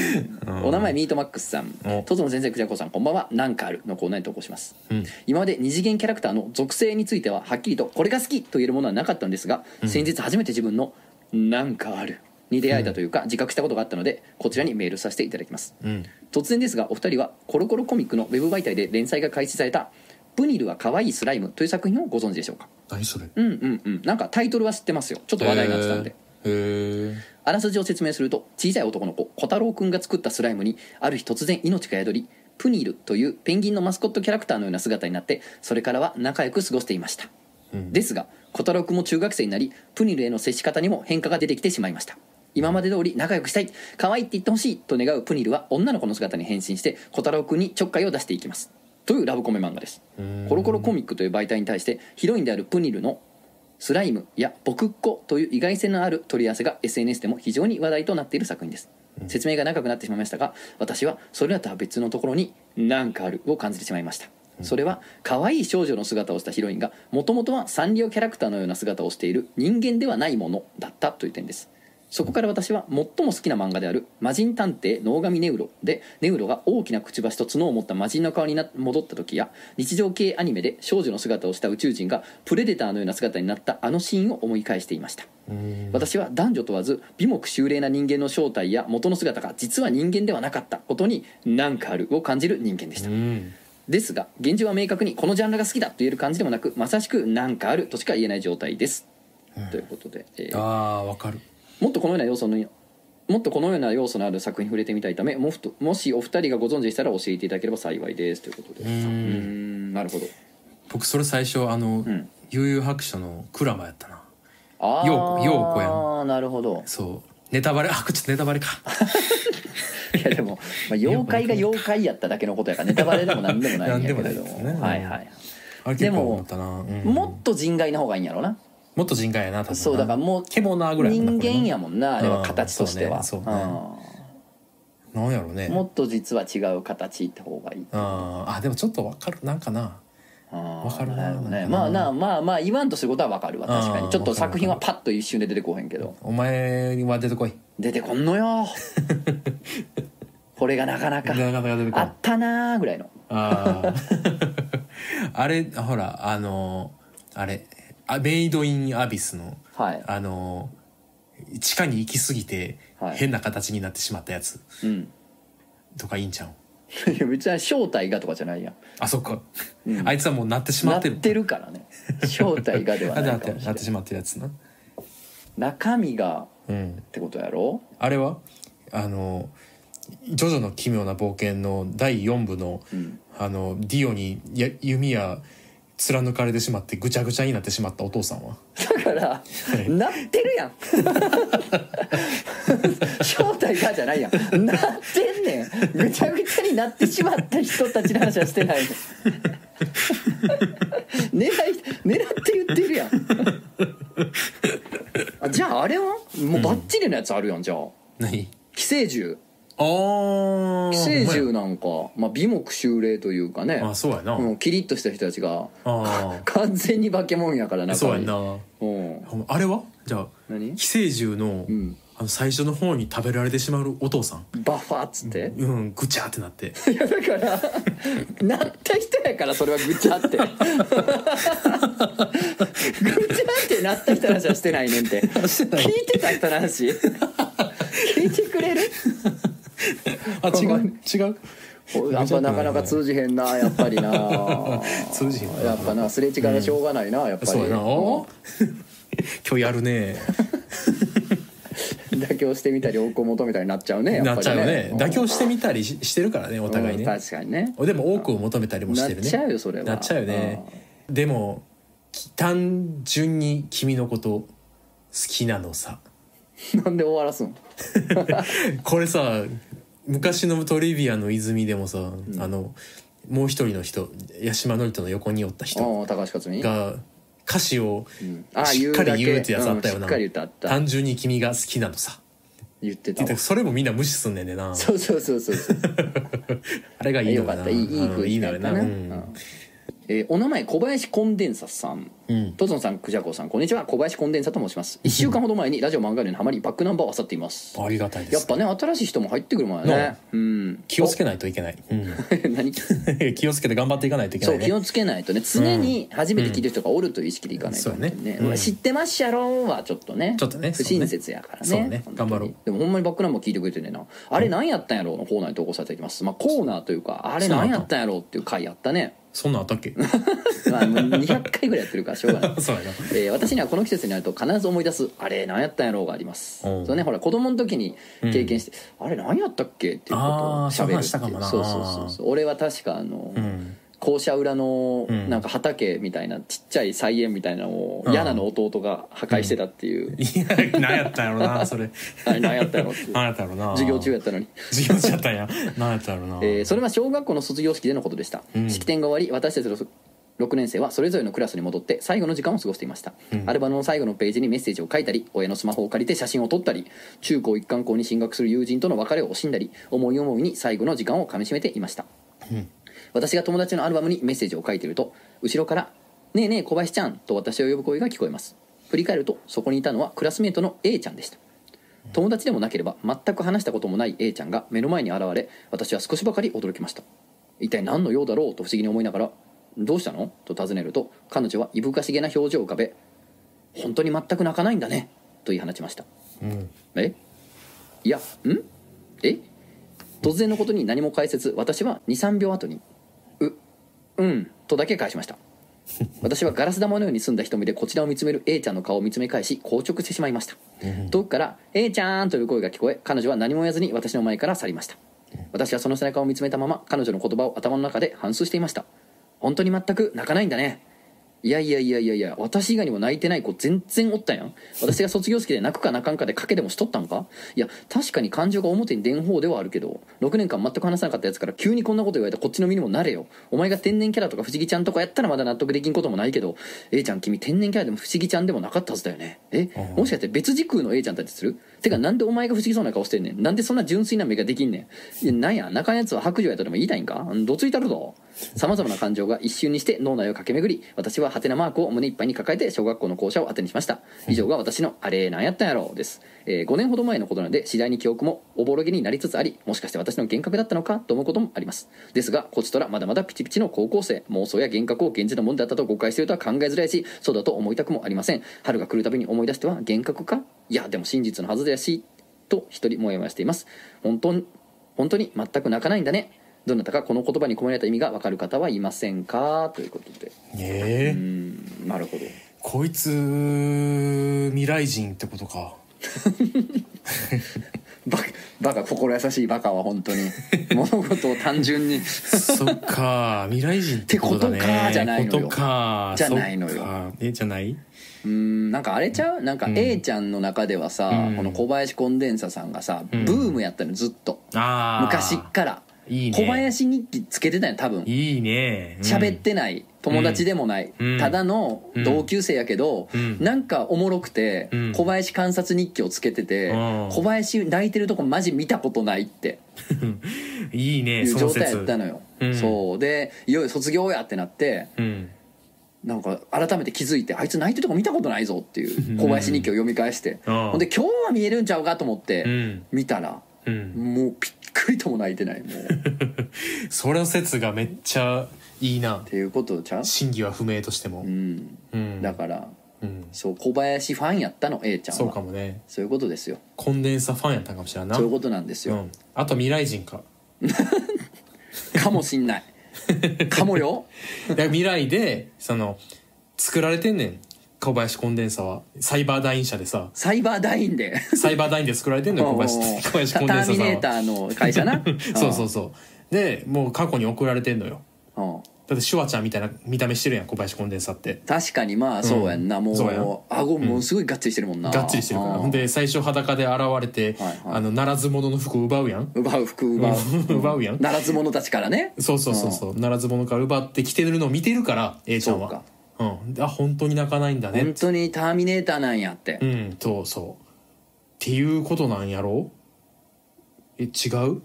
A: お名前ミートマックスさん
B: お
A: とつの先生クジャコさんこんばんはなんかあるのコーナーに投稿します、
B: うん
A: 今まで二次元キャラクターの属性についてははっきりとこれが好きと言えるものはなかったんですが、先日初めて自分の「なんかある」に出会えたというか、自覚したことがあったのでこちらにメールさせていただきます、
B: うん
A: 突然ですがお二人はコロコロコミックのウェブ媒体で連載が開始された「プニルは可愛いスライム」という作品をご存知でしょうか
B: 何それ
A: うんうんうんなんかタイトルは知ってますよちょっと話題になってたんで、
B: えへ
A: あらすじを説明すると小さい男の子小太郎くんが作ったスライムにある日突然命が宿りプニールというペンギンのマスコットキャラクターのような姿になってそれからは仲良く過ごしていました、
B: うん
A: ですが小太郎くんも中学生になりプニールへの接し方にも変化が出てきてしまいました今まで通り仲良くしたい可愛いって言ってほしいと願うプニールは女の子の姿に変身して小太郎くんにちょっかいを出していきますというラブコメ漫画です
B: え
A: コロコロコミックという媒体に対してヒロインであるプニルのスライムやボクッコという意外性のある取り合わせが SNS でも非常に話題となっている作品です説明が長くなってしまいましたが私はそれらとは別のところに「なんかある」を感じてしまいましたそれは可愛い少女の姿をしたヒロインがもともとはサンリオキャラクターのような姿をしている人間ではないものだったという点ですそこから私は最も好きな漫画である「魔人探偵能神ネウロ」でネウロが大きなくちばしと角を持った魔人の顔にな戻った時や日常系アニメで少女の姿をした宇宙人がプレデターのような姿になったあのシーンを思い返していました私は男女問わず美目秀麗な人間の正体や元の姿が実は人間ではなかったことに何かあるを感じる人間でした
B: うん
A: ですが現状は明確にこのジャンルが好きだと言える感じでもなくまさしく何かあるとしか言えない状態です、ということで、えー
B: あーわかる
A: もっとこのような要素のもっとこのような要素のある作品に触れてみたいためもふともしお二人がご存知でしたら教えていただければ幸いですということで
B: う
A: うー
B: ん
A: んなるほど
B: 僕それ最初あの
A: ん
B: 「悠々白書」のクラマやったな
A: ああ
B: ようようこや
A: んなるほど
B: そうネタバレあこれちょっとネタバレか
A: いやでも、まあ、妖怪が妖怪やっただけのことやからネタバレでも何でもないんやけれど
B: 何で
A: も
B: もないですね
A: はいはい
B: あれ結構思ったなうん
A: もっと人外な方がいいんやろうな
B: もっと人外やな多分な
A: そうだからもう
B: 獣ぐらい
A: 人
B: なこれな
A: 間やもんなあれは形としては、
B: うんそうねそうねなんやろうね
A: うんもっと実は違う形って方がいい
B: あーあでもちょっとわかるなんかな
A: わ
B: わかるな
A: るほどね
B: なんか
A: まあなまあまあ言わんとすることはわかるわ確か
B: う
A: に
B: ん
A: ちょっと作品はパッと一瞬で出てこへんけど
B: お前は出てこい
A: 出てこんのよ これがなかなか
B: なかなか出てこ
A: あ
B: い
A: ったなーぐらいの
B: あー あれほらあのあれあメイド・イン・アビスの
A: はい
B: あの地下に行き過ぎて
A: はい
B: 変な形になってしまったやつ
A: うん
B: とかいいんちゃう
A: いや別に正体がとかじゃないやん
B: あそっか、あいつはもうなってしま
A: な
B: っ
A: って
B: る
A: てるからね正体がでは
B: あ
A: ない
B: なっ
A: か
B: て
A: もしれ
B: な
A: な
B: って
A: い
B: しまってるやつな
A: 中身が
B: うん
A: ってことやろ
B: あれはあの「ジョジョの奇妙な冒険」の第4部の,、あのディオにや弓矢貫かれてしまってぐちゃぐちゃになってしまったお父さんは
A: だからなってるやん 正体がじゃないやんなってんねんぐちゃぐちゃになってしまった人たちの話はしてない の狙い狙って言ってるやんあじゃああれはもうバッチリのやつあるやんじゃあ
B: 何
A: 寄生獣
B: あー
A: 寄生獣なんか、まあ、美目秀麗というかね
B: あそうやな、
A: うん、キリッとした人たちが
B: あ
A: 完全に化け物やから
B: あ
A: な
B: そうやんな
A: うん
B: あれはじゃあ
A: 何
B: 寄生獣の,、
A: ん
B: あの最初の方に食べられてしまうお父さん
A: バッファーっつって、
B: うんぐちゃってなって
A: いやだからなった人やからそれはぐちゃってぐちゃってなった人の話はしてないねんって
B: してな
A: 聞
B: い
A: いてた人の話聞いてく れる
B: あ違う違う
A: おやっぱなかなか通じへんなやっぱりな
B: 通じへんな
A: やっぱなすれ違いはしょうがないな、やっぱり
B: そうやな、
A: うん
B: 今日やるね
A: 妥協してみたり温厚求めたりになっちゃうねやっぱ
B: な
A: り
B: っちゃうよね妥協してみたりししてるからねお
A: お
B: 互いね、
A: 確かにね
B: でも多くを求めたりもしてるね
A: なっちゃうよそれは
B: なっちゃうよねでもき単純に君のこと好きなのさ
A: なんで終わらすん
B: これさ昔のトリビアの泉でもさ、あのもう一人の人八島のりとの横におった人
A: おう高橋克実
B: が歌詞を
A: あ
B: しっかり言うってやつあった
A: 言
B: よ
A: うだけうんし
B: な、
A: っかり歌った
B: 単純に君が好きなのさ
A: 言ってたわ
B: それもみんな無視すんねんでな
A: そうそうそうそうそう
B: あれがいい
A: よ
B: の
A: か
B: か
A: っ
B: な
A: たいいいい
B: うん
A: 雰
B: い
A: 囲
B: い
A: 気
B: の
A: だ
B: よ
A: った
B: な、
A: な、
B: う
A: うん
B: ん
A: えーお名前小林コンデンサさん、
B: うん
A: トゾンさんクジャコさんこんにちは小林コンデンサと申します1週間ほど前にラジオ漫画にハマりバックナンバーを漁っています
B: ありがたいです
A: やっぱね新しい人も入ってくるもんやね
B: な
A: うん
B: 気をつけないといけない、うん
A: 何
B: 気をつけて頑張っていかないといけな
A: そ
B: いうね
A: 気をつけないとね常に初めて聞いてる人がおるという意識でいかないと
B: うんそうやねうん
A: 俺知ってますやろはちょっとね
B: ちょっとね
A: 不親切やからね
B: そうね
A: 本当に
B: 頑張ろう
A: でもほんまにバックナンバー聞いてくれてんねんなあれ何やったんやろうのコーナーに投稿されていきますまあコーナーというかあれ何やったんやろうっていう回やったね
B: そんなんあ ったっけ
A: まあもう200回ぐらいやってるからしょ うがない
B: そうやな
A: えー私にはこの季節になると必ず思い出す「あれ何やったんやろう」があります
B: おう
A: そうねほら子供の時に経験して「あれ何やったっけ?」っていうことを
B: あー
A: 喋るって
B: そんなんしたか
A: いう
B: もな
A: そうそうそうそう俺は確かあの、
B: うん
A: 校舎裏の
B: うん
A: なんか畑みたいなちっちゃい菜園みたいなのを
B: うん
A: ヤナの弟が破壊してたって いう
B: いや何やったんやろなそれ
A: あれ何やったんやろっていう
B: 何やったんや ろな
A: 授業中やったのに
B: 授業中やったんや何やったんやろな、
A: えーそれは小学校の卒業式でのことでした、
B: うん
A: 式典が終わり私たちの6年生はそれぞれのクラスに戻って最後の時間を過ごしていました、
B: うん
A: アルバムの最後のページにメッセージを書いたり親のスマホを借りて写真を撮ったり中高一貫校に進学する友人との別れを惜しんだり思い思いに最後の時間をかみしめていました、
B: うん
A: 私が友達のアルバムにメッセージを書いていると後ろから「ねえねえ小林ちゃん」と私を呼ぶ声が聞こえます振り返るとそこにいたのはクラスメートの A ちゃんでした友達でもなければ全く話したこともない A ちゃんが目の前に現れ私は少しばかり驚きました一体何の用だろうと不思議に思いながら「どうしたの?」と尋ねると彼女はいぶかしげな表情を浮かべ「本当に全く泣かないんだね」と言い放ちました
B: うん
A: えいやんえ突然のことに何も解説私は23秒後に「ううん」とだけ返しました私はガラス玉のように澄んだ瞳でこちらを見つめる A ちゃんの顔を見つめ返し硬直してしまいました遠くから「A ちゃん」という声が聞こえ彼女は何も言わずに私の前から去りました私はその背中を見つめたまま彼女の言葉を頭の中で反芻していました本当に全く泣かないんだねいやいやいやいやいや私以外にも泣いてない子全然おったやん私が卒業式で泣くか泣かんかで賭けでもしとったんかいや確かに感情が表に出ん方ではあるけど6年間全く話さなかったやつから急にこんなこと言われたこっちの身にもなれよお前が天然キャラとか不思議ちゃんとかやったらまだ納得できんこともないけど A ちゃん君天然キャラでも不思議ちゃんでもなかったはずだよねえ
B: うん
A: もしかして別時空の A ちゃんたちするてかなんでお前が不思議そうな顔してんねんなんでそんな純粋な目ができんねんいやなんや仲のやつは白状やとでも言いたいんかどついたるぞさまざまな感情が一瞬にして脳内を駆け巡り私はハテナマークを胸いっぱいに抱えて小学校の校舎を当てにしました以上が私の「あれなんやったんやろ」です、え5年ほど前のことなので次第に記憶もおぼろげになりつつありもしかして私の幻覚だったのかと思うこともありますですがこちとらまだまだピチピチの高校生妄想や幻覚を現実のものだったと誤解しているとは考えづらいしそうだと思いたくもありません春が来るたびに思い出しては幻覚かいやでも真実のはずだしと一人もやもやしています本当に本当に全く泣かないんだねどなたかこの言葉に込められた意味が分かる方はいませんかということで
B: え
A: う
B: ー
A: んなるほど
B: こいつ未来人ってこ とか
A: バカバカ心優しいバカは本当に 物事を単純に
B: そっか未来人ってことだね
A: ってことかじゃないのよじゃないのよ
B: ことかそっかえじゃない
A: うんなんかあれちゃうなんか
B: うん
A: A ちゃんの中ではさ、
B: うん
A: この小林コンデンサさんがさ、
B: うん
A: ブームやったのずっと
B: ああ
A: 昔から
B: いいね
A: 小林日記つけてたよ多分
B: いいねうん
A: 喋ってない友達でもない、
B: うん
A: ただの同級生やけど、
B: うん
A: なんかおもろくて、
B: うん
A: 小林観察日記をつけてて、
B: うん
A: 小林泣いてるとこマジ見たことないって
B: いい
A: い
B: ね
A: う
B: そ
A: 状
B: の
A: 態やっ
B: 説
A: たのよ、
B: うん
A: そうでいよいよ卒業やってなって
B: うん
A: なんか改めて気づいてあいつ泣いてるとこ見たことないぞっていう
B: うん
A: 小林日記を読み返して、
B: うん
A: ほんで今日は見えるんちゃうかと思っ
B: う
A: て
B: ん
A: 見たら、
B: うん
A: もうびっくりとも泣いてないもうっ
B: それの説がめっちゃいいな
A: ていうことちゃう、
B: 真偽は不明としても
A: うん、
B: うん
A: だから
B: うん
A: そう小林ファンやったの A ちゃんは
B: そうかもね
A: そういうことですよ
B: コンデンサファンやったんかもしれんな
A: そういうことなんです
B: う
A: よ、
B: んあと未来人か
A: かもしん ないかもよ
B: だから未来でその作られてんねん小林コンデンサはサイバーダイン社でさ
A: サイバーダイン で
B: サイバーダインで作られて んのよ小林小林
A: タ
B: コンデン
A: ター
B: サさ
A: ミ
B: ん
A: ネータ
B: は
A: ーの会社な
B: そうそうそうでもう過去に送られてんのよ
A: うんうん
B: だってシュワちゃんみたいな見た目してるやん小林コンデンサって
A: 確かにまあそうやんな、
B: うん
A: もう
B: そうや
A: 顎もうすごいがっつりしてるもんな、
B: がっちりしてるから
A: うん
B: ほんで最初裸で現れて、
A: はいはい
B: あのならず者の服を奪うやん
A: 奪う服奪う
B: 奪うやん
A: ならず者たちからね
B: そうそうそうそうならず者から奪ってきてるのを見てるから A ちゃんはうんであ本当に泣かないんだね
A: 本当にターミネーターなんやって、
B: うんそうそうっていうことなんやろえ違う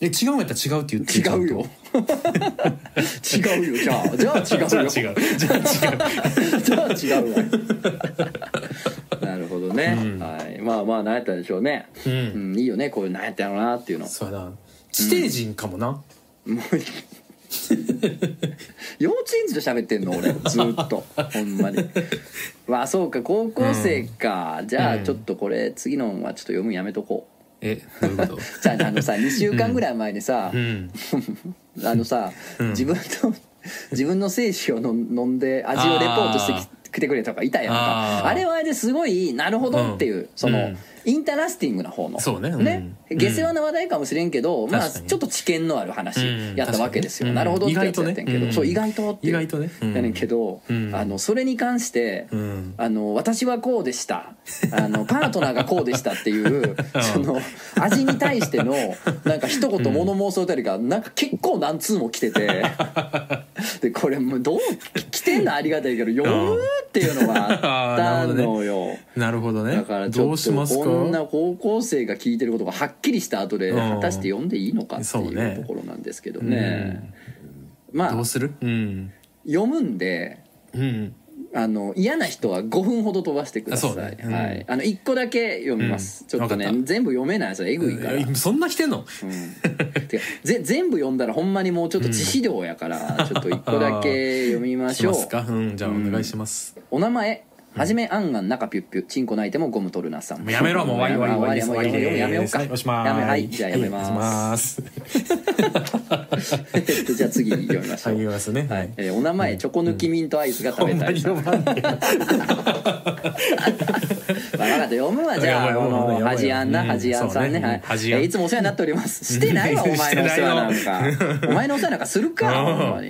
B: え違うんやったら違うって言って
A: 違うよ違うよじゃ あじゃあ違うよ
B: じゃあ違うじゃあ違う
A: じゃあ違うわなるほどね、はい、まあまあ何やったでしょうね、
B: う
A: うんん、いいよねこういう何やったやろうなっていうの
B: そうやな地底人かもな、
A: 幼稚園児と喋ってんの 俺ずーっとほんまにまあそうか高校生か、じゃあ
B: うん
A: ちょっとこれ次のはちょっと読むんやめとこう
B: えどういうこと
A: じゃああのさ2週間ぐらい前でさ
B: う、ん
A: あのさ、
B: うん
A: 自分の自分の精子をの飲んで味をレポートして
B: あ
A: き来てくれとかいたやんか
B: あ
A: あ
B: ー
A: れはあれですごいなるほどっていう、
B: うん
A: その、
B: うん
A: インタラスティングな方の
B: そうねうんうん
A: 下世話な話題かもしれんけど、まあ
B: 確かに
A: ちょっと知見のある
B: う
A: 話
B: ん
A: やったわけですよ、
B: 確かに
A: なるほどってやつやってんけど、
B: うん
A: そう意外とっていう
B: 意外とねうん
A: やねんけど、
B: うん
A: あのそれに関して、
B: うん
A: あの私はこうでしたあのパートナーがこうでしたっていうその味に対してのなんか一言物申すおたりがなんか結構何通も来ててでこれもうどう来てんのありがたいけど読むっていうのがあったのよ。
B: なるほどね
A: だからち
B: ど
A: ょ
B: う
A: っ
B: し
A: と
B: ますか
A: こんな高校生が聞いてることがはっきりした後で
B: うん
A: 果たして読んでいいのかって
B: そう
A: いう
B: ね
A: ところなんですけどね。ま
B: ど
A: あ
B: うするうん
A: 読むんで
B: うん
A: あの嫌な人は5分ほど飛ばしてください、
B: あそうねうん
A: はい、あの1個だけ読みます、
B: うん
A: ちょっとね
B: わかった
A: 全部読めないですよえぐいから、うん、
B: そんな来てんの
A: てかぜ全部読んだらほんまにもうちょっと致死量やから、ちょっと1個だけ読みまし
B: し
A: ょ
B: ま
A: う
B: すかうんじゃあお願いします
A: お名前はじめあんがん中ピュッピュチンコ泣いてもゴム取るなさん
B: もうや めろもう終わり終わり終わ
A: もう
B: りです
A: やめようか
B: はいおしまい
A: やめはいじゃあやめま
B: はいおします
A: す じゃあ次読みましょ
B: は
A: う、
B: い言いますね
A: はいえーお名前チョコ抜きミントアイスが食
B: ほ
A: べ
B: ん
A: た
B: ま
A: い
B: に
A: さん、
B: 呼ばんね
A: まあ分かった読むわじゃあ
B: やばい
A: こ
B: やばいやば
A: の
B: い
A: ハジアンな
B: うん
A: ハジアンさんね
B: そうね
A: はい
B: ハジアン
A: えいつもお世話になっておりますしてないわお前のお世話 なんかお前のお世話なんかするか
B: うん
A: ほんまに、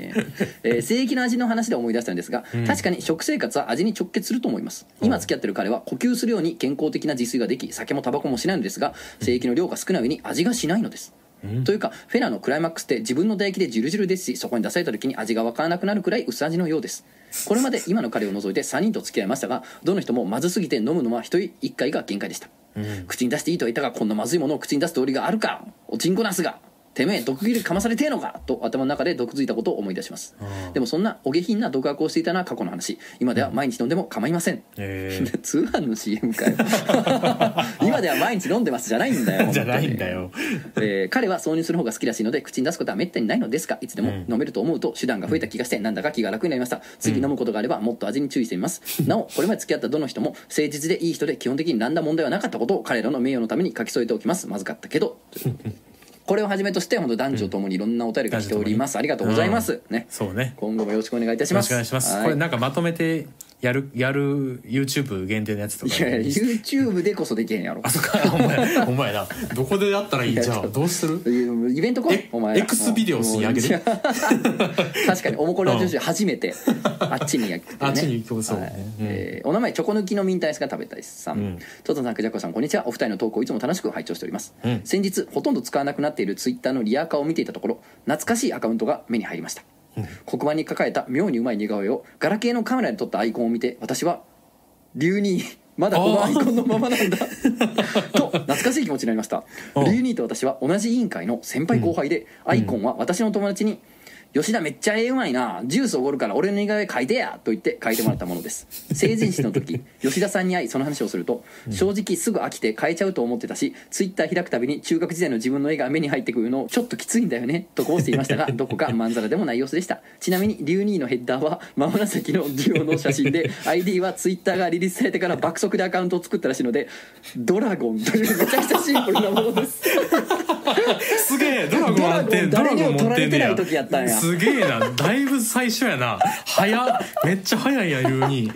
A: えー、正規の味の話で思い出したんですが確かに食生活は味に直結すると思います今付き合ってる彼は呼吸するように健康的な自炊ができ酒もタバコもしないのですが正規の量が少ない上に味がしないのですというかフェラのクライマックスって自分の唾液でジュルジュルですしそこに出された時に味が分からなくなるくらい薄味のようですこれまで今の彼を除いて3人と付き合いましたがどの人もまずすぎて飲むのは1人1回が限界でした、口に出していいとは言ったがこんなまずいものを口に出す道理があるかおちんこなすがてめえ毒切りかまされてえのかと頭の中で毒づいたことを思い出しますでもそんなお下品な毒悪をしていたのは過去の話今では毎日飲んでも構いません、
B: えー
A: 通販の CM かよ 今では毎日飲んでますじゃないんだよ
B: じゃないんだよ
A: えー彼は挿入する方が好きらしいので口に出すことはめったにないのですがいつでも飲めると思うと手段が増えた気がしてなんだか気が楽になりました次飲むことがあればもっと味に注意してみます、 なおこれまで付き合ったどの人も誠実でいい人で基本的に何ら問題はなかったことを彼らの名誉のために書き添えておきますまずかったけ どというこれをはじめとして本当男女ともにいろんなお便りが来ております、ありがとうございます、ね
B: そうね
A: 今後もよろしくお願いいたし
B: よ
A: ま
B: ろ
A: す
B: しくお願いします
A: は
B: これなんかまとめてやるやる YouTube 限定のやつとか
A: いやいや YouTube でこそできへんやろ
B: あそっかお前 お前などこでやったらいいんじゃんどうする
A: イベント来い
B: え
A: お前ら
B: X ビデオスにあげる
A: もう 確かにおもこラジオ中初めてあっちに行くてね
B: あっちに行くそうね
A: はい
B: うん
A: えーお名前チョコ抜きのミンタイスが食べたいさん、トトさんクジャコさんこんにちはお二人の投稿いつも楽しく拝聴しております、
B: うん
A: 先日ほとんど使わなくなっているツイッターのリアカーを見ていたところ懐かしいアカウントが目に入りました、黒板に書かれた妙にうまい似顔絵をガラケーのカメラで撮ったアイコンを見て私は龍にまだこのアイコンのままなんだと懐かしい気持ちになりました
B: うん
A: 龍兄と私は同じ委員会の先輩後輩で、アイコンは私の友達に「吉田めっちゃええうまいなジュースおごるから俺の似顔絵書いてや」と言って書いてもらったものです成人式の時吉田さんに会いその話をすると正直すぐ飽きて変えちゃうと思ってたしツイッター開くたびに中学時代の自分の絵が目に入ってくるのをちょっときついんだよねとこうしていました がどこかまんざらでもない様子でしたちなみに龍兄のヘッダーは真紫のデュオの写真で ID はツイッターがリリースされてから爆速でアカウントを作ったらしいのでドラゴンというめちゃくちゃシンプルなものです
B: すげえドラゴンあって
A: ドラゴン
B: ドラゴン持って
A: 誰にも
B: んね
A: 取られてない時やったんや
B: すげえなだいぶ最初やな早っめっちゃ早いや言うに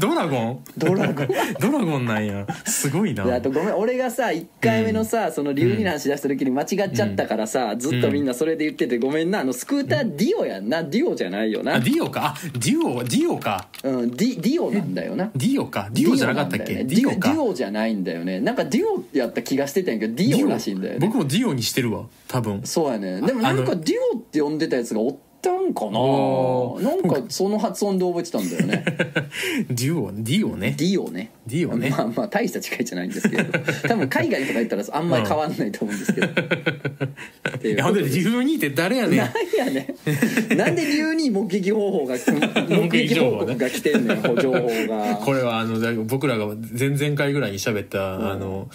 B: ドラゴン
A: ドラゴン
B: ドラゴンなんやすごいな
A: であとごめん俺がさ1回目のさ、その龍二の話出した時に間違っちゃったからさ、ずっとみんなそれで言っててごめんなあのスクーターディオやんな、ディオじゃないよな
B: あディオかあディオディオか
A: うん、ディディオなんだよな
B: ディオかディオじゃなかったっけ
A: デ
B: デ
A: ィ
B: ィ
A: オなんだよねデ
B: オ
A: ィ
B: か
A: オじゃないんだよねなんかディオやった気がしてたんやけどデ
B: デ
A: ィ
B: ィ
A: オ
B: オ
A: らしいんだよね
B: 僕もディオにしてるわ多分
A: そうやねでもなんか
B: あ
A: ディオって呼んでたやつがおったんかな
B: ー
A: なんかその発音で覚えてたんだよね
B: デュオディオね
A: ディオね
B: ディオね
A: まあまあ大した違いじゃないんですけ ど多分海外とか行ったらあんまり変わんないと思うんですけど、っていう
B: いやほんで12って誰やねん
A: なんやねんなんで龍に目撃方 法が目撃報告が来てんねん情報が
B: これはあのだ僕らが前々回ぐらいに喋った、あの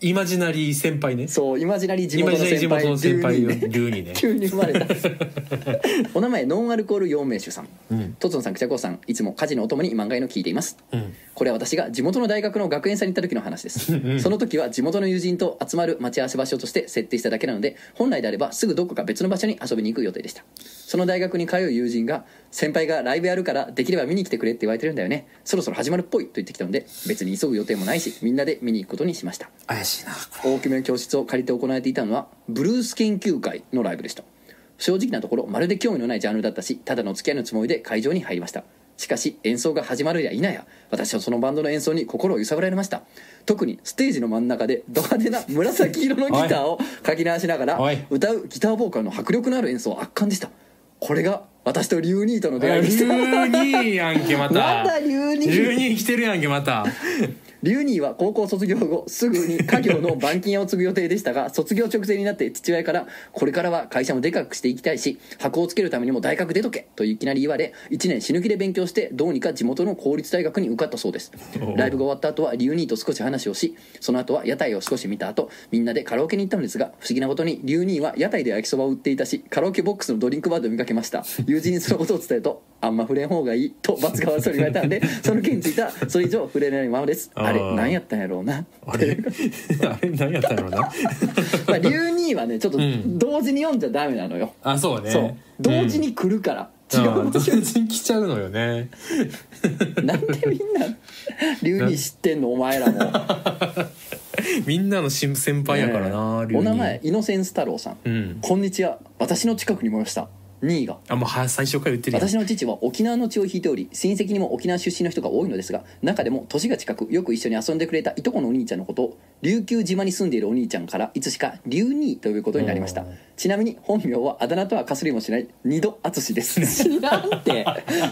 B: イマジナリー先輩ね
A: そうイマジナリー地
B: イマ
A: 元
B: ジ
A: の
B: ナリー地
A: 先輩
B: 元の先
A: 12ね
B: 輩ルーニー ね
A: 急に生まれた お名前ノンアルコール陽明酒さん
B: うん
A: とつのさんくちゃこうさんいつも家事のお供に漫画への聞いています
B: うん
A: これは私が地元の大学の学園祭に行った時の話ですその時は地元の友人と集まる待ち合わせ場所として設定しただけなので本来であればすぐどこか別の場所に遊びに行く予定でしたその大学に通う友人が「先輩がライブやるからできれば見に来てくれ」って言われてるんだよねそろそろ始まるっぽいと言ってきたので別に急ぐ予定もないしみんなで見に行くことにしました
B: 怪しいな
A: 大きめの教室を借りて行われていたのはブルース研究会のライブでした正直なところまるで興味のないジャンルだったしただの付き合いのつもりで会場に入りましたしかし演奏が始まるや否や私はそのバンドの演奏に心を揺さぶられました特にステージの真ん中でド派手な紫色のギターをかき回しなが
B: お
A: ら
B: い
A: 歌うギターボーカルの迫力のある演奏は圧巻でしたこれが私とリュウニーとの出会いで
B: ル
A: した
B: ーニーやんけまた
A: まだリュウニー
B: ルーニー来てるやんけまた
A: リュウニーは高校卒業後すぐに家業の板金屋を継ぐ予定でした が卒業直前になって父親から「これからは会社もでかくしていきたいし箱をつけるためにも大学出とけ」といきなり言われ1年死ぬ気で勉強してどうにか地元の公立大学に受かったそうです
B: おお
A: ライブが終わった後はリュウニーと少し話をしその後は屋台を少し見た後みんなでカラオケに行ったのですが不思議なことにリュウニーは屋台で焼きそばを売っていたしカラオケボックスのドリンクバーで見かけました友人にそのことを伝えると「あんま触れん方がいい」と罰が悪そうに言われたのでその件についてはそれ以上触れないままですあれ
B: あー
A: 何やったんやろうな
B: あ れあれ何やったんやろうな
A: まあ龍兄はねちょっと
B: ん
A: 同時に読んじゃダメなのよ、
B: あそうね
A: そう同時に来るから、
B: うん
A: 違
B: あ
A: う
B: 同時に来ちゃうのよね
A: なんでみんな龍兄知ってんのお前 らも
B: みんなの新先輩やからな、
A: ね
B: リュウ
A: お
B: ニー
A: 名前イノセンス太郎さん、
B: うん
A: こんにちは私の近くにもいました2位が
B: あもうは最初から言ってるやん
A: 私の父は沖縄の血を引いており親戚にも沖縄出身の人が多いのですが中でも年が近くよく一緒に遊んでくれたいとこのお兄ちゃんのことを琉球島に住んでいるお兄ちゃんからいつしか「龍兄」と呼ぶことになりました
B: うん
A: ちなみに本名はあだ名とはかすりもしない二度淳です知らんて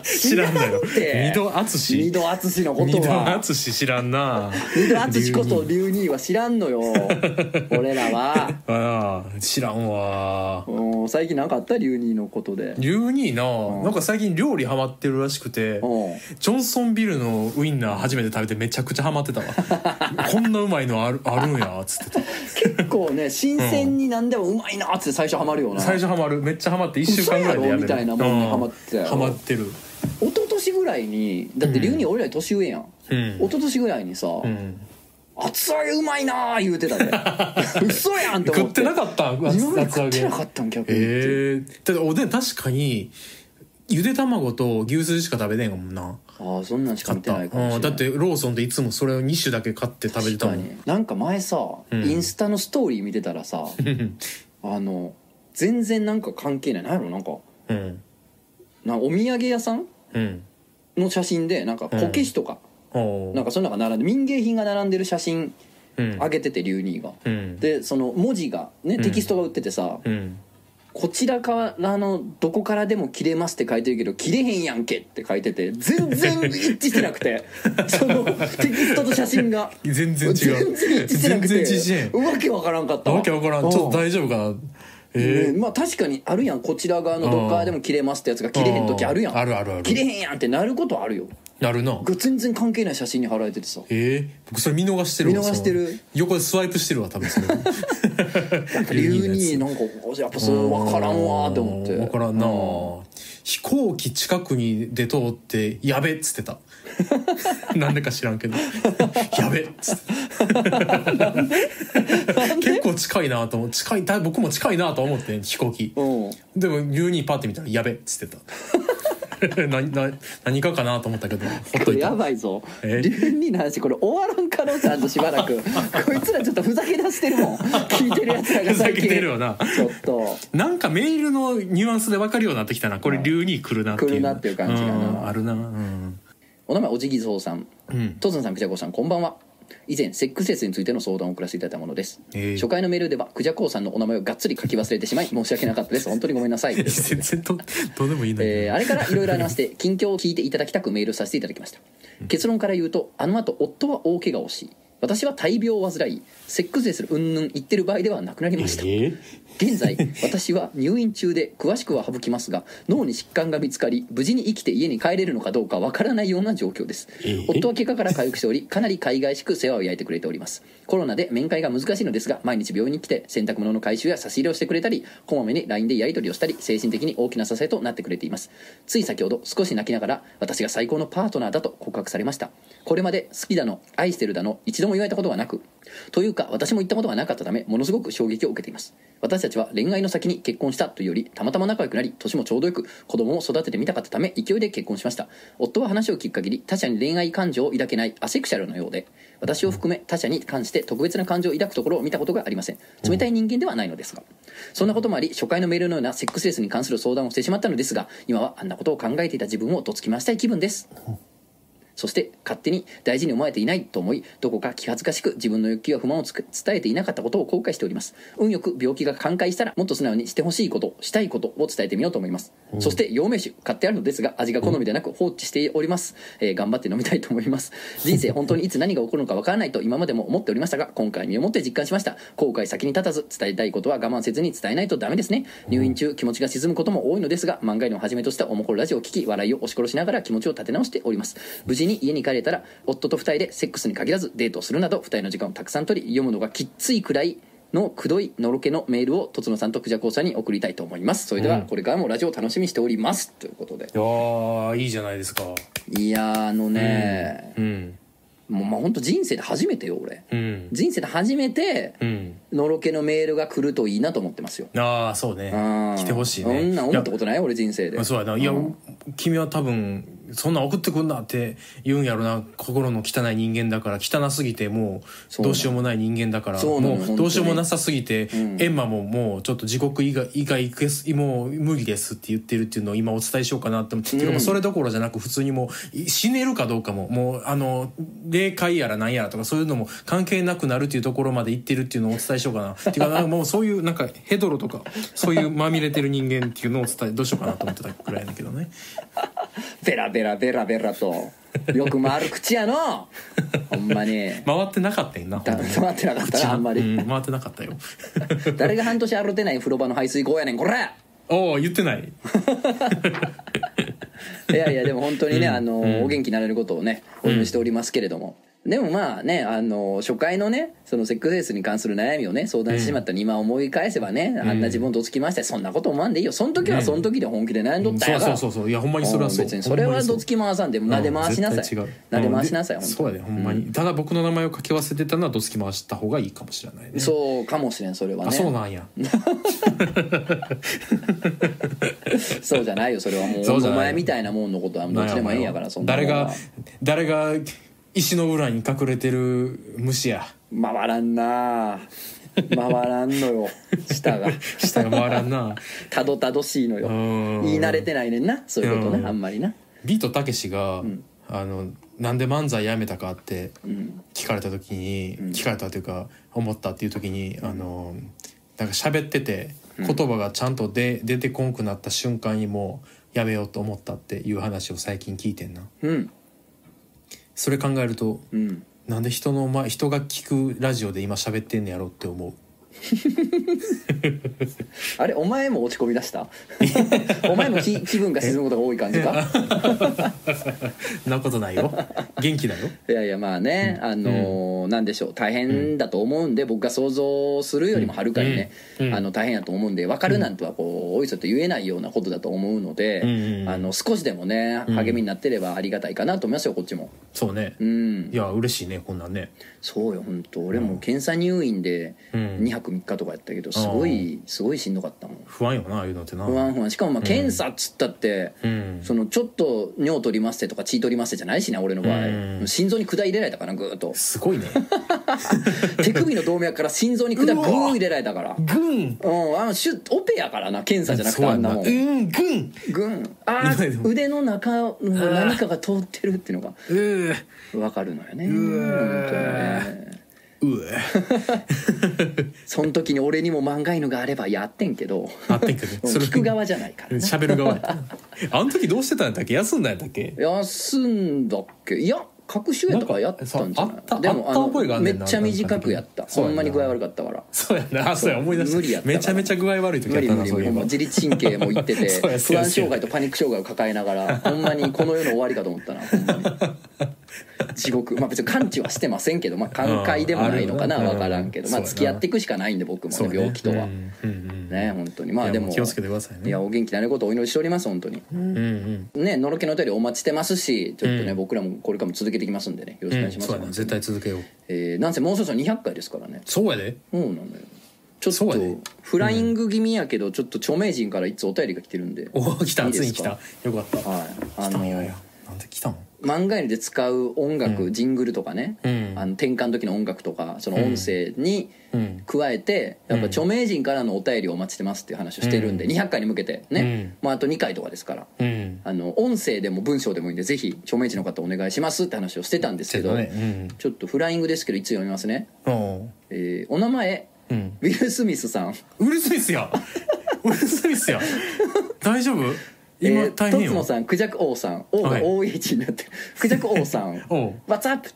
B: 知らんのよ
A: 知らんて
B: 二度淳
A: 二度淳のこと
B: 二度
A: は
B: 淳知らんな
A: 二度淳こと龍兄は知らんのよ俺ら は
B: ああ知らんわ
A: うん最近なんかあった龍兄のことで
B: リュウニー
A: ん
B: ななんか最近料理ハマってるらしくて
A: うん
B: ジョンソンビルのウインナー初めて食べてめちゃくちゃハマって たわこんなうまいのあるあるんやつってた
A: 結構ね新鮮になんでもうまいなっつって最初ハマるよな
B: 最初ハマるめっちゃハマって1週間ぐらいでやめる
A: 嘘やろみたいなもんにハマってたよ
B: うんハマってる
A: 一昨年ぐらいにだって龍に俺らより年上やん、
B: うん
A: 一昨年ぐらいにさ
B: う
A: 「
B: ん
A: 厚揚げうまいな」言うてた で嘘やんって
B: 食
A: 思
B: っ
A: って
B: てなかった
A: 今まで食
B: 厚揚
A: って
B: げ
A: なかったん逆に、
B: ええだっておでん確かにゆで卵と牛すじしか食べねえんもんな
A: ああそんなんしか
B: 買っ
A: 見て
B: た
A: ないかもしれない
B: うんだってローソンでいつもそれを2種だけ買って食べてたも
A: 確か
B: ん
A: になんか前さ、
B: ん
A: インスタのストーリー見てたらさあの全然なんか関係ないなんやろなんか
B: うん
A: なお土産屋さん
B: うん
A: の写真でなんかこけしとか、
B: お
A: なん
B: か
A: かその中並んで民芸品が並んでる写真
B: うん
A: 上げてて龍兄が、
B: うん
A: でその文字がねテキストが売っててさ、
B: うん
A: こちらからのどこからでも切れますって書いてるけど切れへんやんけって書いてて全然一致してなく てそのテキストと写真が
B: 全然違う
A: 全然一致してなくて
B: 全然一致してへん
A: わけわからんかった
B: わけわからんちょっと
A: うん
B: 大丈夫かな
A: ね
B: ええ
A: まあ確かにあるやんこちら側のどこからでも切れますってやつが切れへん時あるやん
B: あるあるある
A: 切れへんやんってなることあるよ
B: なるな
A: 全然関係ない写真に貼られててさ
B: ええ僕それ見逃してるわ
A: 見逃してる
B: その横でスワイプしてるわ多分それ
A: やっぱ理由になんかやっぱそれわからんわーって思って
B: 分からんな
A: う
B: 飛行機近くにで通ってやべっつっ てたなんでか知らんけどやべっつって結構近いなと思って近いだ僕も近いなと思って飛行機
A: んうん
B: でも急にパッて見たらやべっつってた 何何何かかなと思ったけどほっ
A: ことれ
B: いた
A: やばいぞ
B: え
A: 龍二の話これ終わらん可能性あるぞしばら くこいつらちょっとふざけ出してるもん聞いてるやつらが最近
B: ふざけてるよな
A: ちょっと
B: なんかメールのニュアンスで分かるようになってきたなこれ流に来るなっていう
A: 来るなっていう感じがなん
B: あるなうん
A: お名前おじぎぞうさん
B: うん
A: とつんさんくじゃこうさんこんばんは以前セックスレスについての相談を送らせていただいたものです、
B: えー
A: 初回のメールではくじゃこうさんのお名前をがっつり書き忘れてしまい申し訳なかったです本当にごめんなさい
B: 全然どどうでもいいのに、
A: えーあれからいろいろありま して近況を聞いていただきたくメールさせていただきました結論から言うとあの後夫は大怪我をし私は大病を患いセックスレスうんぬん言ってる場合ではなくなりました
B: え
A: 現在私は入院中で詳しくは省きますが脳に疾患が見つかり無事に生きて家に帰れるのかどうかわからないような状況です
B: ええ
A: 夫は怪我から回復しておりかなり海外しく世話を焼いてくれておりますコロナで面会が難しいのですが毎日病院に来て洗濯物の回収や差し入れをしてくれたりこまめに LINE でやり取りをしたり精神的に大きな支えとなってくれていますつい先ほど少し泣きながら私が最高のパートナーだと告白されましたこれまで好きだの愛してるだの一度も言われたことがなくというか私も言ったことがなかったためものすごく衝撃を受けています私たちは恋愛の先に結婚したというよりたまたま仲良くなり年もちょうどよく子供を育ててみたかったため勢いで結婚しました夫は話を聞く限り他者に恋愛感情を抱けないアセクシャルのようで私を含め他者に関して特別な感情を抱くところを見たことがありません冷たい人間ではないのですがそんなこともあり初回のメールのようなセックスレスに関する相談をしてしまったのですが今はあんなことを考えていた自分をどつき回したい気分ですそして勝手に大事に思われていないと思いどこか気恥ずかしく自分の欲求や不満をつく伝えていなかったことを後悔しております運よく病気が寛解したらもっと素直にしてほしいことしたいことを伝えてみようと思います、そして陽明酒買ってあるのですが味が好みでなく放置しております、えー頑張って飲みたいと思います人生本当にいつ何が起こるのかわからないと今までも思っておりましたが今回身をもって実感しました後悔先に立たず伝えたいことは我慢せずに伝えないとダメですね入院中気持ちが沈むことも多いのですが漫画のをはじめとしたおもころラジオを聞き笑いを押し殺しながら気持ちを立て直しております無事に家に帰れたら夫と2人でセックスに限らずデートをするなど2人の時間をたくさん取り読むのがきっついくらいのくどいのろけのメールをとつのさんとクジャコウさんに送りたいと思いますそれでは
B: うん
A: これからもラジオを楽しみにしておりますということで
B: いやーいいじゃないですか
A: いやーあのね、
B: うん
A: もうまあ本当人生で初めてよ俺
B: うん
A: 人生で初めて
B: うん
A: のろけのメールが来るといいなと思ってますよ
B: ああそうね
A: うん
B: 来てほしい
A: そ
B: ね
A: んなん思った
B: い
A: ことない俺人生
B: や
A: で
B: そうやないや、君は多分そんなん送ってくんなって言うんやろな心の汚い人間だから汚すぎても
A: そううなの
B: どうしようもない人間だから
A: そうなの
B: も
A: 本当
B: う
A: に
B: どうしようもなさすぎて、エンマももうちょっと地獄以外以外行けすもう無理ですって言ってるっていうのを今お伝えしようかなって思って、てかもうそれどころじゃなく普通にもうい死ねるかどうかももうあの霊界やらなんやらとかそういうのも関係なくなるっていうところまで行ってるっていうのをお伝えしようかなっていうかなんかもうそういうなんかヘドロとかそういうまみれてる人間っていうのをお伝えどうしようかなと思ってたくらいだけどね。
A: ベラベラベラベラとよく回る口や のほんまに
B: 回ってなかったよな。
A: だ止まってなかったなあんまり
B: うん回ってなかったよ。
A: 誰が半年歩いてない風呂場の排水口やねんこれ
B: おお言ってない。
A: いやいやでも本当にね、あのお元気になれることをねお祈りしておりますけれども、でもまあねあの初回のねそのセックスレスに関する悩みをね相談してしまったのに、今思い返せばねあんな自分どつきましてそんなこと思わんでいいよその時はその時で本気で悩んどった
B: そ
A: や
B: う
A: か
B: そ
A: ら、
B: うそうそういやほんまにそれはそう。
A: うん別にそれ
B: ほんま
A: は
B: にう
A: どつき回さんでも撫で回しなさい、
B: うん絶
A: 撫
B: 対違う
A: で回しなさい、
B: うん
A: 本当
B: そうやでほんまに、ただ僕の名前を掛け忘れてたのはどつき回した方がいいかもしれないね
A: そうかもしれんそれはね
B: あそうなんや
A: そうじゃないよそれはもう
B: そうじゃ
A: お
B: ない
A: 前みたいなもんのことはどっちでもええんやからそんなもん
B: 誰
A: は
B: が誰が石の裏に隠れてる虫 や
A: 回らんなあ回らんの よ舌が
B: 下が回らんな
A: たどたどしいのよ
B: うん
A: 言い慣れてないねんなそういうこと
B: うん
A: ねあんまりな
B: ビートたけしが、あのなんで漫才やめたかって聞かれた時に、聞かれたというか思ったっていう時に、あのなんか喋ってて言葉がちゃんとで出てこんくなった瞬間にもうやめようと思ったっていう話を最近聞いてんな。
A: うん
B: それ考えると、
A: うん
B: なんで人の前人が聞くラジオで今喋ってんのやろって思う。
A: あれお前も落ち込み出した お前も気気分が沈むことが多い感じか
B: そんなことな いよ。元気だよ。
A: いやいやまあね、あのーなんでしょう大変だと思うんで、僕が想像するよりもはるかにね、
B: うんうん
A: あの大変だと思うんで分かるなんてはこうおいそれと言えないようなことだと思うので、
B: うん
A: あの少しでもね励みになってればありがたいかなと思いますよこっちも。
B: そうね。
A: うん
B: いや嬉しいねこんなんね。
A: そうよ本当俺も検査入院で
B: うん
A: 2泊3日とかやったけどすごいすごいしんどかったもん
B: 不安よなああいうのってな。
A: 不安不安しかもまあ検査っつったって、
B: うん。
A: そのちょっと尿取りますってとか血取りますってじゃないしね俺の場合、
B: うん
A: 心臓に管入れられたからグーッと
B: すごいね。
A: 手首の動脈から心臓に管グ
B: うわ
A: ー入れられたから
B: 軍
A: うんあのシュッオペやからな検査じゃなく
B: そう
A: てあ
B: や
A: ん
B: ん
A: な
B: な
A: もん
B: うん軍
A: グンあ
B: 今で
A: ー
B: も
A: 腕の中の何かが通ってるっていうのが
B: うー
A: 分かるのよね
B: うわ
A: 本当にね
B: うー
A: その時に俺にも漫画犬があればやってんけど
B: あってんけどそれ
A: 聞く側じゃないからな
B: 喋る側やったあの時どうしてたんだっけ休んだんだっけ
A: 休んだっけいや隔週やったからやったんじゃない
B: なんかそうあった
A: でも
B: あった覚えがあん
A: め
B: ね
A: っ
B: んな
A: ちゃ短くやった
B: そう
A: ほ
B: やなん
A: まに具合悪かったから
B: そうやなあそうや思い出した
A: 無理やったから
B: めちゃめちゃ具合悪い時
A: 無
B: やっ
A: 理
B: た
A: 無
B: な
A: 理
B: そ
A: 無
B: う
A: 理
B: いえ
A: もう
B: ば
A: 自律神経もいってて
B: そうやそう
A: 不
B: や
A: 安障害とパニック障害を抱えなが らほんまにこの世の終わりかと思ったなほんまに地獄まあ別に完治はしてませんけどまあ寛解でもないのかな
B: うんあるよ
A: 分
B: な
A: からんけどま
B: う
A: あ
B: んそうやな
A: 付き合っていくしかないんで僕も
B: そう
A: ね
B: ね
A: 病気とは
B: うんうんうん
A: ね本当にまあ
B: いや
A: で
B: も
A: も
B: う気をつけてくださいね
A: いやお元気であることをお祈りしております本当に
B: うんうん
A: ねのろけのお便りお待ちしてますしちょっとね
B: うん
A: 僕らもこれからも続けていきますんでねよろしくお
B: う
A: 願い
B: ん
A: します
B: そうやな絶対続けよう
A: えーなんせもうそろそろ200回ですからね
B: そうやで
A: そうなのよちょっ
B: そう
A: と、
B: やね
A: フライング気味やけどちょっと著名人からいつお便りが来てるんで
B: おお来
A: い
B: た
A: いで
B: つ
A: す
B: いに来た
A: か
B: よかった
A: はいあ
B: 来たんやい
A: の
B: やなんで来たの
A: 漫画で使う音楽、
B: うん
A: ジングルとかね、
B: うん
A: あの転換時の音楽とかその音声に
B: うん
A: 加えて、
B: うん
A: やっぱ著名人からのお便りをお待ちしてますっていう話をしてるんで、
B: うん
A: 200回に向けてね、
B: う
A: まあ、あと2回とかですから
B: うん
A: あの音声でも文章でもいいんでぜひ著名人の方お願いしますって話をしてたんですけど、
B: してたねうん
A: ちょっとフライングですけどいつ読みますね、
B: お
A: えーお名前
B: ーうん
A: ウィル・スミスさん
B: ウルスミスやウルスミスや大丈夫
A: え
B: 今大変
A: ー、とつの
B: よ
A: さんクジャク王さん王が
B: はい
A: OH になっ てる、クジャク王さん
B: おう
A: What's up?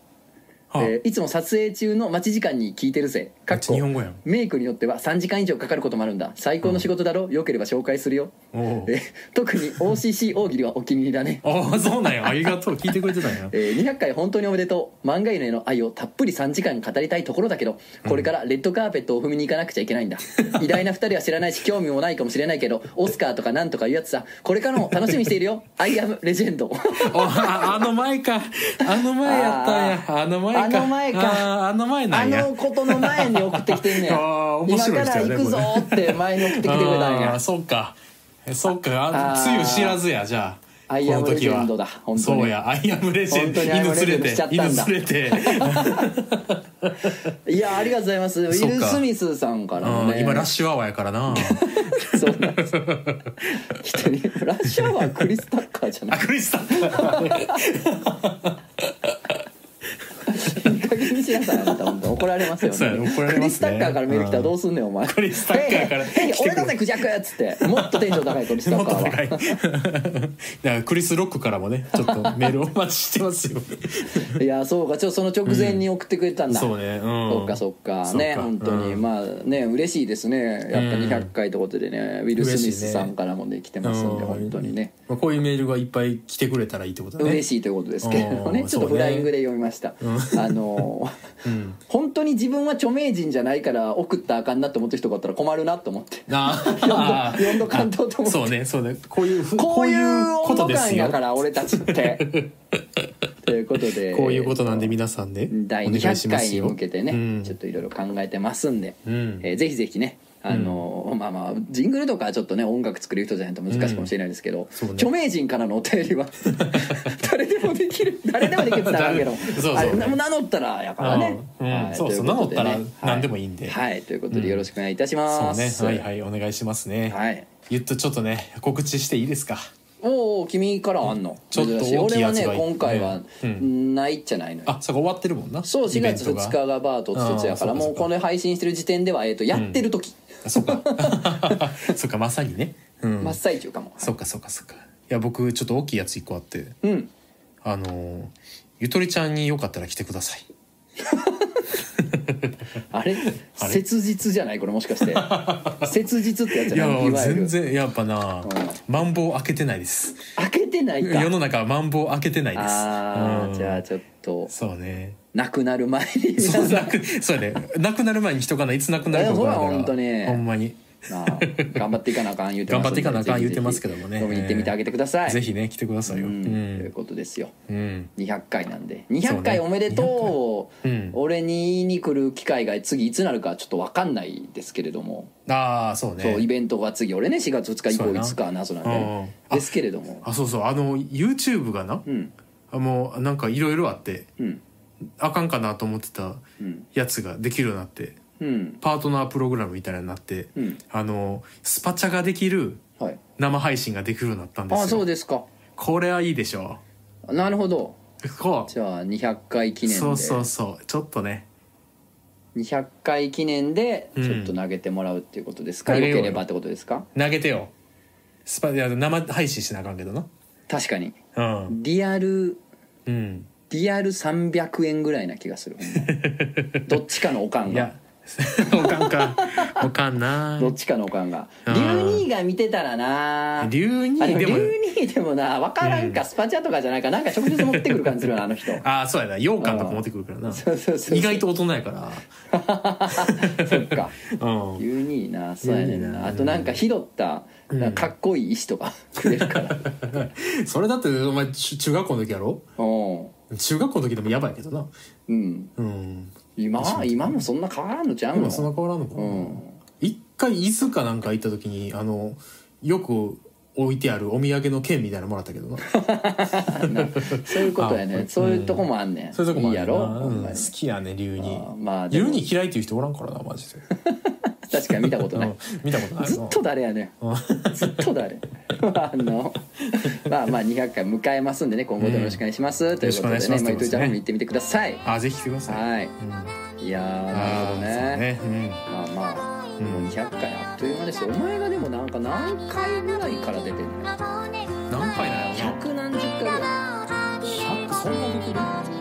B: はあ
A: えーいつも撮影中の待ち時間に聞いてるぜかっ
B: めっち
A: こ
B: ゃ日本語やん
A: メイクによっては3時間以上かかることもあるんだ最高の仕事だろ、よければ紹介するよ
B: おう
A: えー特に OCC 大喜利はお気に入りだね、
B: ああそうなんやありがとう聞いてくれてたんや
A: えー200回本当におめでとう漫画犬への愛をたっぷり3時間語りたいところだけどこれからレッドカーペットを踏みに行かなくちゃいけ ないんだ偉大な2人は知らないし興味もないかもしれないけどオスカーとかなんとかいうやつさこれからも楽しみにしているよアイアムレジェンド
B: おああの前かあの前やったんやあの前か
A: あの前か
B: あーあの前な
A: あ
B: んや
A: のことの前に送ってきてんねん
B: あー面白い
A: 今
B: 人
A: か
B: や
A: ら
B: ね
A: 行くぞって前に送ってきてくれたん
B: あー
A: や
B: そうかえそうか
A: あ
B: あ
A: ー
B: つゆ知らずやじゃあ
A: アイアム
B: この時は
A: レジェンドだ本当に
B: そうやアイアムレジェンド
A: 本当にアイアム
B: 犬連れ
A: レジェンドし
B: て
A: ちゃったんだ
B: 犬連れ て
A: いやありがとうございますウ
B: そう
A: ィ
B: か
A: ル・スミスさんからも
B: うん
A: ね
B: 今ラッシュアワーやか らな
A: そうなんです人にラッシュアワークリス・タッカーじゃな
B: あ
A: い
B: クリスタ
A: いい加減にしなさいあなた本当怒られますよ
B: そうや
A: ね
B: 怒られます
A: ク
B: ね
A: リス・タッカーからメール来たらどうすんねんお前ク
B: リスタッカ ーから
A: 俺だぜクジャク」っつ ってもっとテンション高いクリス・タ
B: も
A: ッ
B: っ
A: カ
B: と
A: ーは
B: 高 いだからクリス・ロックからもねちょっとメールお待ちしてま すよ
A: いやそうかちょっとその直前に送ってくれたんだ、
B: そうねうん
A: そっかそっか
B: そうか
A: ね本当に、
B: うん
A: まあね嬉しいですねやっぱ
B: うん
A: 200回ということでねウィル・スミ
B: 嬉しい
A: ス
B: ね
A: さんからもね来てますんで本当にね
B: うんこういうメールがいっぱい来てくれたらいいってことだね
A: 嬉しいということですけれどもね
B: うん
A: ちょっと
B: そう
A: フ
B: ね
A: ライングで読みました、あのー
B: ん
A: 本当に自分は著名人じゃないから送ったらあかんなって思ってる人があったら困るなと思って
B: あ
A: あ
B: あ
A: 呼んどかんとと思って
B: そうねそうねこういうふ
A: こういう
B: こ
A: 温
B: と
A: 度
B: です
A: 感
B: よ
A: やから俺たちって。ということで
B: こういうことなんで皆さんね
A: 第
B: お願い
A: 200
B: しま
A: 回
B: す
A: に
B: よ
A: 向けてね、
B: うん
A: ちょっといろいろ考えてますんで、
B: うん
A: えーぜひぜひねあのーまあまあジングルとかはちょっとね音楽作る人じゃないと難しいかもしれないですけど、
B: そうね
A: 著名人からのお便 りは誰でもできる誰でもできるって言ったらあるけど
B: そうそう
A: あれ名乗ったらやからね、
B: うんうん
A: はい
B: そうそう
A: といことでね
B: 名乗ったら何でもいいんで
A: はい、はいということでよろしくお願いいたし
B: そ
A: ま
B: う
A: す、
B: ねはいはいお願いしますね、
A: はい
B: 言っとちょっとね告知していいですか
A: おお君からはあんの
B: ちょっと
A: 珍しい
B: 大き
A: 俺
B: い
A: は
B: やつ
A: ね
B: がいい
A: 今回は
B: う
A: ないっちゃないのよ、
B: あそこ終わってるもんな
A: そう4
B: イベン
A: 月
B: トが
A: 2日がバートツツやから
B: あーそうか
A: もうこの配信してる時点では、えー、とやってる時、
B: あそっか そっかまさにねうん
A: 真っ最中かも
B: そっかそっかそっかいや僕ちょっと大きいやつ一個あって
A: うん
B: あのーゆとりちゃんによかったら来てください
A: あれ切実じゃないこれもしか して切実ってやつ
B: い
A: じゃ
B: や
A: ないいわゆ
B: 全
A: る
B: 然やっぱなマンボウ開けてないです
A: 開けてないか
B: 世の中はマンボウ開けてないです
A: ああ
B: うん
A: じゃあちょっと
B: そ うね
A: なくなる前に皆
B: そう
A: さ
B: なんくそうやねなくなる前に人がないいつなくなるか分からんか
A: いや
B: ら
A: ほらほんとね
B: ほんまに
A: まあ頑張っていかなあかん言うてますんで
B: 頑張っていかなあかん
A: ぜひぜひ
B: 言うてますけどもね
A: 飲みに行ってみてあげてください
B: ぜひね来てくださいよう
A: うんというんことですよ
B: うん
A: 200回なんで200回
B: そう
A: お
B: ね
A: めでとう、
B: 200回うん
A: 俺に言いに来る機会が次いつなるかちょっと分かんないですけれども、
B: ああそう
A: そうイ
B: ね
A: ベントが次俺ね4月2日以
B: そ
A: 降
B: うや
A: い
B: な
A: つか謎なん
B: う
A: で
B: んあ
A: ですけれども
B: あそうそうあの YouTube がな
A: うん
B: あもうなんかいろいろあって
A: うん
B: あかんかなと思ってた
A: うん
B: やつができるようになって
A: うん
B: パートナープログラムみたいなのになって
A: うん
B: あのスパチャができる
A: はい
B: 生配信ができるようになったんで
A: あ
B: す
A: そう
B: よ
A: ですか
B: これはいいでしょ
A: なるほど
B: こ
A: じゃあ200回記
B: う
A: 念で
B: そうそうそうちょっとね
A: 200回記念で
B: うん
A: ちょっと投げてもらうっていうことですか、
B: 投げ
A: よ
B: ようよ
A: ければってことですか
B: 投げてよスパいや生配信しなあかんけどな
A: 確かに
B: うん
A: リアル
B: うん
A: リアル300円ぐらいな気が するどっちかのおかん
B: い
A: が
B: や おかんかおかんな
A: どっちかのおかんが
B: う
A: 龍
B: ん
A: 兄が見てたらな
B: 龍
A: あ
B: 兄
A: で
B: で
A: も
B: も
A: 龍兄でもな分からんか、スパチャとかじゃないかなんか直接持ってくる感じするよなあの人
B: ああ そうやな羊羹とか持ってくるからな
A: そうそうそう
B: 意外と大人やから
A: そっか
B: うん
A: ユニーなそうやねん
B: ユニー
A: な
B: な
A: あとなんか拾ったなんかかっこいい石とかくれる から
B: それだってお前中中学校の時やろ
A: うん
B: 中学校の時でもやばいけどな
A: うん
B: うん
A: 今は今もそんな変わらんのちゃう
B: 今
A: の
B: そんな変わらんのかな、
A: うん
B: 一回伊豆かなんか行った時にあのよく置いてあるお土産の券みたいなのもらったけどな
A: そういうことやね
B: あ
A: そういうとこもあんねん
B: そういうとこもある
A: いいや
B: な
A: ろ
B: う
A: ほ
B: ん
A: んま
B: 好
A: に
B: きやね龍に
A: あーまあで
B: 龍
A: も
B: に嫌いっていう人おらんからなマジで
A: 確かに見たこと
B: う
A: なんい
B: 見たことないな
A: ずっと誰やねんずっと誰 あのまあまあ200回迎えますんでね今後ともよろしくお願いします、ということで
B: よろしくお願いし
A: ね
B: ます
A: マイトゥージャパンに行ってみてください
B: あぜひ来てください、
A: はい
B: うん、なる
A: いやーなるほどね
B: ね、
A: まあまあ
B: うん
A: もう200回あっという間ですよお前がでもなんか何回ぐらいから出てんの
B: うん、何回だよな
A: 百何十回ぐらい
B: 100そんな出てる